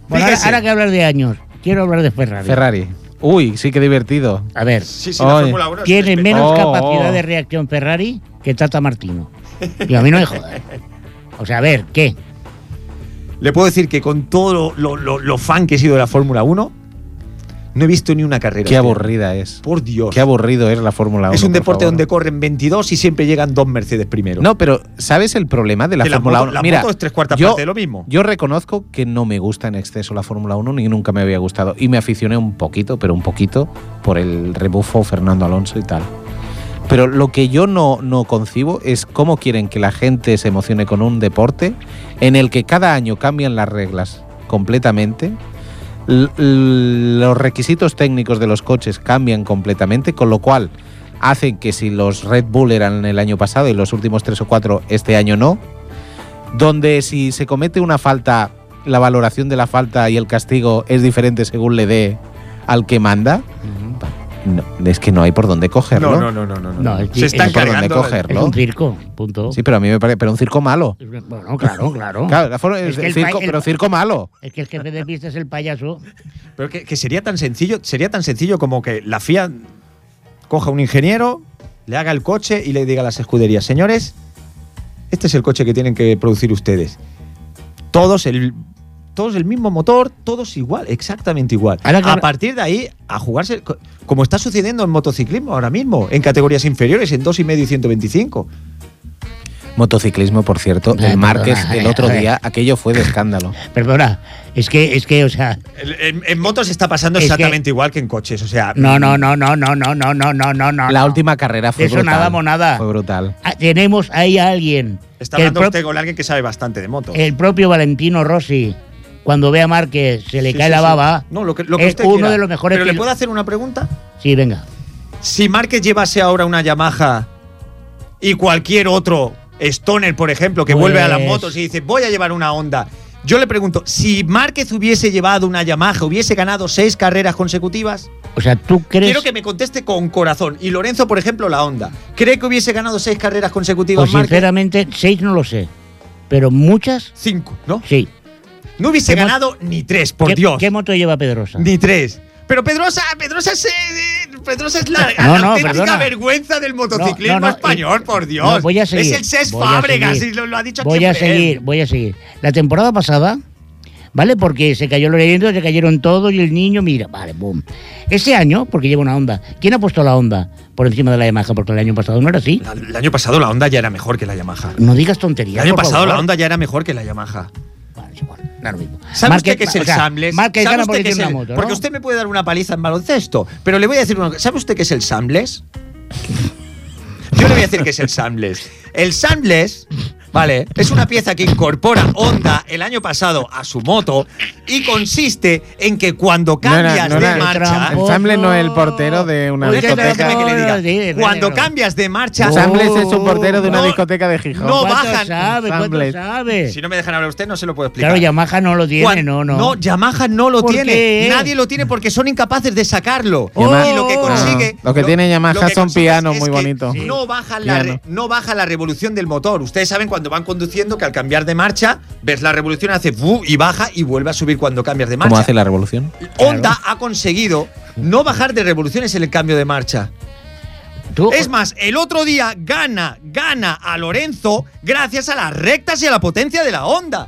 B: Bueno, ahora,
D: Fíjese.
B: ahora que hablar de años, quiero hablar de Ferrari.
A: Ferrari. Uy, sí que divertido.
B: A ver,
D: Sí, sí, la
A: Oye.
D: Fórmula 1 es un
B: tiene
D: espectáculo.
B: menos
A: Oh,
B: capacidad
A: oh.
B: de reacción Ferrari que Tata Martino. Y a mí no me jodas. O sea, a ver, ¿qué?
D: Le puedo decir que con todo lo, lo- lo- lo fan que he sido de la Fórmula 1, no he visto ni una carrera.
A: Qué aburrida es.
D: Por Dios.
A: Qué aburrido es la Fórmula 1.
D: es un
A: por
D: deporte
A: favor.
D: donde corren 22 y siempre llegan dos Mercedes primero.
A: No, pero ¿sabes el problema de la
D: Que
A: Fórmula
D: moto-
A: 1?
D: la
A: Mira,
D: moto es tres cuartas
A: yo-
D: partes de lo mismo.
A: Yo reconozco que no me gusta en exceso la Fórmula 1 ni nunca me había gustado. Y me aficioné un poquito, pero un poquito, por el rebufo Fernando Alonso y tal. Pero lo que yo no, no concibo es cómo quieren que la gente se emocione con un deporte en el que cada año cambian las reglas completamente. L- l- los requisitos técnicos de los coches cambian completamente, con lo cual hacen que si los Red Bull eran el año pasado y los últimos tres o cuatro este año no, donde si se comete una falta, la valoración de la falta y el castigo es diferente según le dé al que manda, no, es que no hay por dónde cogerlo.
D: No, no, no, no, no. no.
B: No, es que-
D: Se están
B: es por
A: donde
D: cargando.
A: coger.
B: Es un circo, punto.
A: Sí, pero a mí me parece, pero un circo malo.
B: Es una- Bueno, claro,
D: [laughs]
B: claro.
A: Claro, la forma-
B: Es que el
A: circo-
B: pa- el-
A: pero circo malo.
B: Es que el jefe de pista es el payaso.
D: Pero que, que sería tan sencillo, sería tan sencillo como que la FIA coja un ingeniero, le haga el coche y le diga a las escuderías, señores, este es el coche que tienen que producir ustedes. Todos el todos el mismo motor, todos igual, exactamente igual.
B: Ahora que-
D: a partir de ahí, a jugarse, co- como está sucediendo en motociclismo ahora mismo, en categorías inferiores, en 2,5 y 125.
A: Motociclismo, por cierto,
B: Eh,
A: el Márquez
B: perdona,
A: el
B: eh,
A: otro
B: eh.
A: día, aquello fue de escándalo.
B: Perdona, es que, es que, o sea,
D: En, en motos está pasando
B: Es que-
D: exactamente igual que en coches, o sea.
B: no, no, no, no, no, no, no, no, no, no, no.
A: La última carrera fue
B: De Ah, eso
A: brutal.
B: nada, monada.
A: Fue brutal.
B: Ah, Tenemos ahí a alguien.
D: Está
B: que el
D: hablando
B: pro-
D: usted con alguien que sabe bastante de motos.
B: El propio Valentino Rossi, cuando ve a Márquez, se le
D: Sí,
B: cae
D: sí,
B: la
D: sí.
B: baba.
D: No, lo que, lo que
B: es
D: usted
B: uno
D: quiera.
B: de los mejores.
D: Pero le
B: pil-
D: puedo hacer una pregunta.
B: Sí, venga.
D: Si Márquez llevase ahora una Yamaha y cualquier otro Stoner, por ejemplo, que
B: Pues-
D: vuelve a las motos y dice voy a llevar una Honda. Yo le pregunto, si Márquez hubiese llevado una Yamaha, hubiese ganado seis carreras consecutivas,
B: O sea, ¿tú crees?
D: quiero que me conteste con corazón. Y Lorenzo, por ejemplo, la Honda. ¿Cree que hubiese ganado seis carreras consecutivas
B: pues
D: Márquez?
B: sinceramente, seis no lo sé. Pero muchas,
D: Cinco, ¿no?
B: sí.
D: No hubiese
B: ¿Qué mo-
D: ganado ni tres, por
B: ¿Qué,
D: Dios.
B: ¿Qué moto lleva Pedrosa?
D: Ni tres. Pero Pedrosa, Pedrosa es, eh, eh, Pedrosa es la
B: No, no,
D: auténtica
B: perdona.
D: vergüenza del motociclismo
B: No, no, no,
D: español,
B: eh,
D: por Dios.
B: no, voy a seguir,
D: Es el Cés
B: voy a
D: Fábregas,
B: seguir.
D: y lo, lo ha dicho aquí
B: Voy a
D: Fred.
B: seguir, voy a seguir. La temporada pasada, ¿vale? Porque se cayó Lorenzo, se cayeron todos y el niño, mira, vale, boom. Ese año, porque lleva una onda. ¿Quién ha puesto la onda por encima de la Yamaha? Porque el año pasado no era así.
D: La- el año pasado la Honda ya era mejor que la Yamaha.
B: No digas
D: El
B: tonterías.
D: año
B: por
D: pasado
B: favor.
D: la Honda ya era mejor que la Yamaha.
B: Bueno, es igual, da lo mismo.
D: ¿Sabe
B: Márquez-
D: usted qué es el
B: o sea,
D: Sambles?
B: Márquez
D: ¿Sabe
B: gana
D: usted
B: porque
D: qué es
B: tiene una
D: el-
B: moto, ¿no?
D: Porque usted me puede dar una paliza en baloncesto, pero le voy a decir una cosa. ¿Sabe usted qué es el Sambles? Yo le voy a decir que es el Sambles. El Sambles, ¿vale? Es una pieza que incorpora Honda el año pasado a su moto y consiste en que cuando
E: No era-
D: cambias
E: no
D: de
E: era el
D: marcha.
E: trampo. Ensamble no es el portero de una
D: Oye,
E: discoteca.
D: déjame que le diga. Cuando cambias de marcha.
B: Oh.
E: Sambles es un portero de una
D: No,
E: discoteca de Gijón.
D: no
B: ¿Cuánto
D: bajan.
B: sabe? ¿Cuánto
E: Sambles.
B: sabe?
D: Si no me dejan hablar usted, no se lo puedo explicar.
B: Claro, Yamaha no lo tiene,
D: Juan,
B: no, no.
D: Yamaha no lo
B: ¿Por
D: tiene.
B: qué?
D: Nadie lo tiene porque son incapaces de sacarlo.
B: Yamaha-
D: y lo que
B: Oh.
D: consigue.
E: No, lo que tiene Yamaha son
D: consigues
E: pianos
D: es
E: muy
D: que
E: bonitos.
D: No baja, la
E: Piano.
D: re- no baja la revolución del motor. Ustedes saben cuando van conduciendo que al cambiar de marcha, ves la revolución, hace bu y baja y vuelve a subir cuando cambias de marcha.
A: ¿Cómo hace la revolución?
D: Honda ha conseguido no bajar de revoluciones en el cambio de marcha.
B: Tú-
D: Es más, el otro día gana, gana a Lorenzo gracias a las rectas y a la potencia de la onda.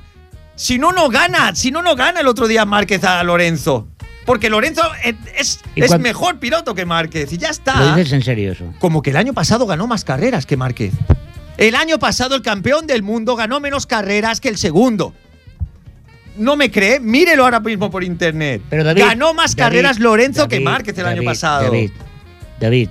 D: Si no, no gana, si no, no gana el otro día Márquez a Lorenzo. Porque Lorenzo es, es-
B: ¿Y
D: es
B: cuán-
D: mejor piloto que Márquez y ya
B: ¿Lo
D: está.
B: dices en serio eso?
D: Como que el año pasado ganó más carreras que Márquez. El año pasado el campeón del mundo ganó menos carreras que el segundo. ¿No me cree? Mírelo ahora mismo por internet.
B: Pero David,
D: ganó más
B: David,
D: carreras Lorenzo que
B: David,
D: Márquez el año
B: David,
D: pasado.
B: David, David,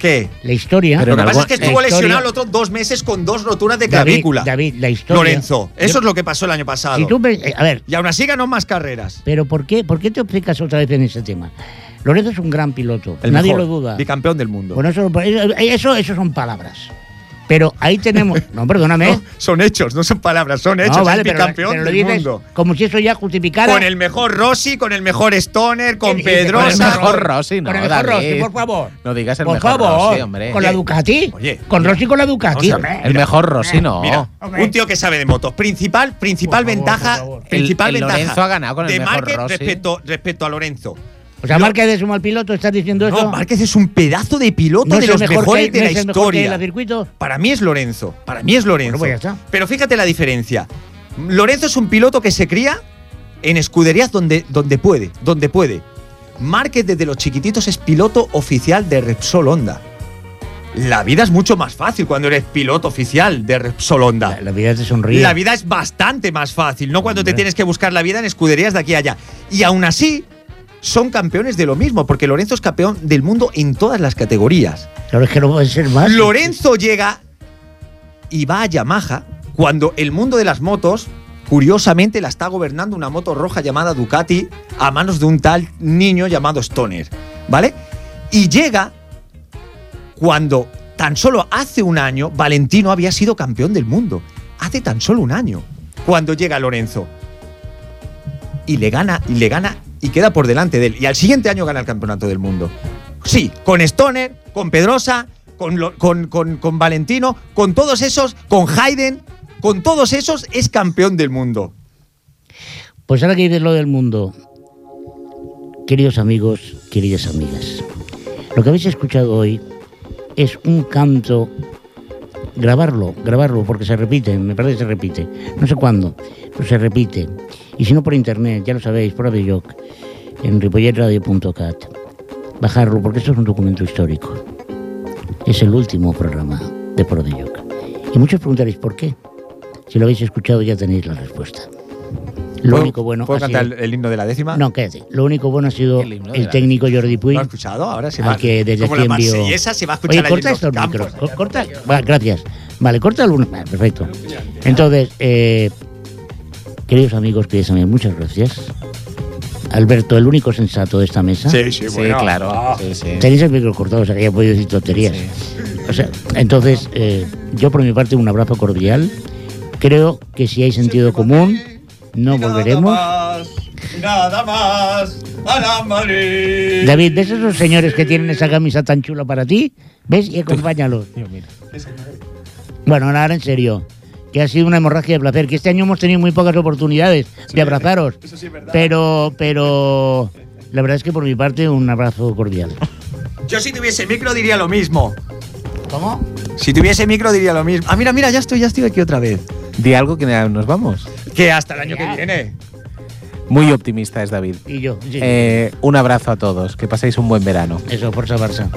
D: ¿Qué?
B: la historia.
A: Pero
D: lo que
A: en
D: pasa es
A: algún-
D: que estuvo
B: la historia-
D: lesionado los otros dos meses con dos roturas de
B: David,
D: clavícula.
B: David, la historia.
D: Lorenzo, eso es lo que pasó el año pasado.
B: Si tú ves- eh, a ver,
D: Y aún así ganó más carreras.
B: pero ¿por qué, ¿por qué te explicas otra vez en ese tema? Lorenzo es un gran piloto,
D: El
B: nadie
D: mejor
B: lo duda.
D: Bicampeón del mundo.
B: Bueno, pues, eso, eso, eso son palabras. Pero ahí
D: [laughs]
B: tenemos. No, perdóname. ¿eh?
D: No, son hechos, no son palabras, son hechos.
B: no, vale,
D: es
B: pero,
D: bicampeón
B: pero lo
D: del
B: dices
D: mundo.
B: como si eso ya justificara.
D: Con el mejor Rossi, con el mejor Stoner, con
B: ¿Qué dices?
A: Con el
B: Rosa,
D: Pedrosa.
A: mejor
D: con-
A: Rossi, no,
B: con el mejor
A: David.
B: Rossi, por favor.
A: No digas el
B: Por
A: mejor
B: favor,
A: Rossi, hombre.
B: con la Ducati.
D: Eh, Oye,
B: con
D: mira,
B: Rossi con la Ducati.
D: vamos a ver,
B: hombre.
A: el mejor Rossi no.
D: Mira,
B: Ok.
D: un tío que sabe de motos. Principal, principal
B: Por favor,
D: ventaja.
B: por favor.
D: Principal
A: El- el
D: ventaja.
A: Lorenzo ha ganado con el
D: de
A: mejor
D: Márquez
A: Rossi.
D: respecto, respecto a Lorenzo.
B: O sea,
D: Yo-
B: Márquez es un mal piloto, estás diciendo eso.
D: No, Márquez es un pedazo de piloto
B: No es
D: de
B: el
D: los
B: mejor que-
D: mejores
B: no
D: de
B: es
D: la
B: el mejor que
D: historia.
B: el circuito.
D: Para mí es Lorenzo. Para mí es Lorenzo.
B: Bueno, pues ya está.
D: Pero fíjate la diferencia. Lorenzo es un piloto que se cría en escuderías donde, donde puede, donde puede. Márquez desde los chiquititos es piloto oficial de Repsol Honda. La vida es mucho más fácil cuando eres piloto oficial de Repsol Honda.
B: La, la vida te sonríe.
D: La vida es bastante más fácil, no cuando te
B: Hombre.
D: tienes que buscar la vida en escuderías de aquí a allá. Y aún así, son campeones de lo mismo, porque Lorenzo es campeón del mundo en todas las categorías.
B: Claro, es que no puede ser más.
D: Lorenzo llega y va a Yamaha cuando el mundo de las motos Curiosamente la está gobernando una moto roja llamada Ducati a manos de un tal niño llamado Stoner, ¿vale? Y llega cuando tan solo hace un año Valentino había sido campeón del mundo. Hace tan solo un año cuando llega Lorenzo. Y le gana, y le gana, y queda por delante de él. Y al siguiente año gana el campeonato del mundo. Sí, con Stoner, con Pedrosa, con, Lo- con- con- con Valentino, con todos esos, con Hayden, con todos esos es campeón del mundo.
B: Pues ahora que dices lo del mundo, queridos amigos, queridas amigas, lo que habéis escuchado hoy es un canto, grabarlo, grabarlo, porque se repite, me parece que se repite, no sé cuándo, pero se repite. Y si no por internet, ya lo sabéis, por Avelloc, en ripolletradio.cat, bajarlo, porque esto es un documento histórico. Es el último programa de Por Avelloc. Y muchos preguntaréis por qué. Si lo habéis escuchado ya tenéis la respuesta. Lo
D: ¿Puedo-
B: único bueno
D: ¿Puedo
B: ha sido-
D: cantar el, el himno de la décima?
B: no, cállate. Lo único bueno ha sido
A: El
B: el,
A: himno de la
B: técnico Jordi Puy.
D: ¿Lo has escuchado? Ahora se
B: al
D: va.
B: que desde
D: como
B: aquí
D: la
B: envío-
D: marsellesa se va a escuchar
B: Oye,
D: allí
B: corta
D: en
B: estos
D: los campos.
B: micros. co- Corta. Va, gracias. Vale, corta alguno. Vale, perfecto. Entonces, eh, queridos amigos, queridas amigas, muchas gracias. Alberto, el único sensato de esta mesa.
D: Sí,
A: Sí,
D: sí, bueno.
A: claro. Sí, sí.
B: Tenéis el micro cortado, o sea que ya podéis decir tonterías. O sea, entonces, eh, yo por mi parte un abrazo cordial. Creo que si hay sentido común, no volveremos.
D: Nada más, nada más.
B: David, ¿ves esos señores que tienen esa camisa tan chula para ti? ¿Ves? Y acompáñalos. Bueno, ahora en serio, que ha sido una hemorragia de placer, que este año hemos tenido muy pocas oportunidades de abrazaros. Pero, pero, la verdad es que por mi parte un abrazo cordial.
D: Yo si tuviese micro diría lo mismo.
B: ¿Cómo?
D: Si tuviese micro diría lo mismo. Ah, mira, mira, ya estoy, ya estoy aquí otra vez.
A: Di algo que nos vamos.
D: Que hasta el año que viene.
A: Muy optimista es David.
B: Y yo, sí.
A: Eh, un abrazo a todos, que paséis un buen verano.
B: Eso, Forza Barça.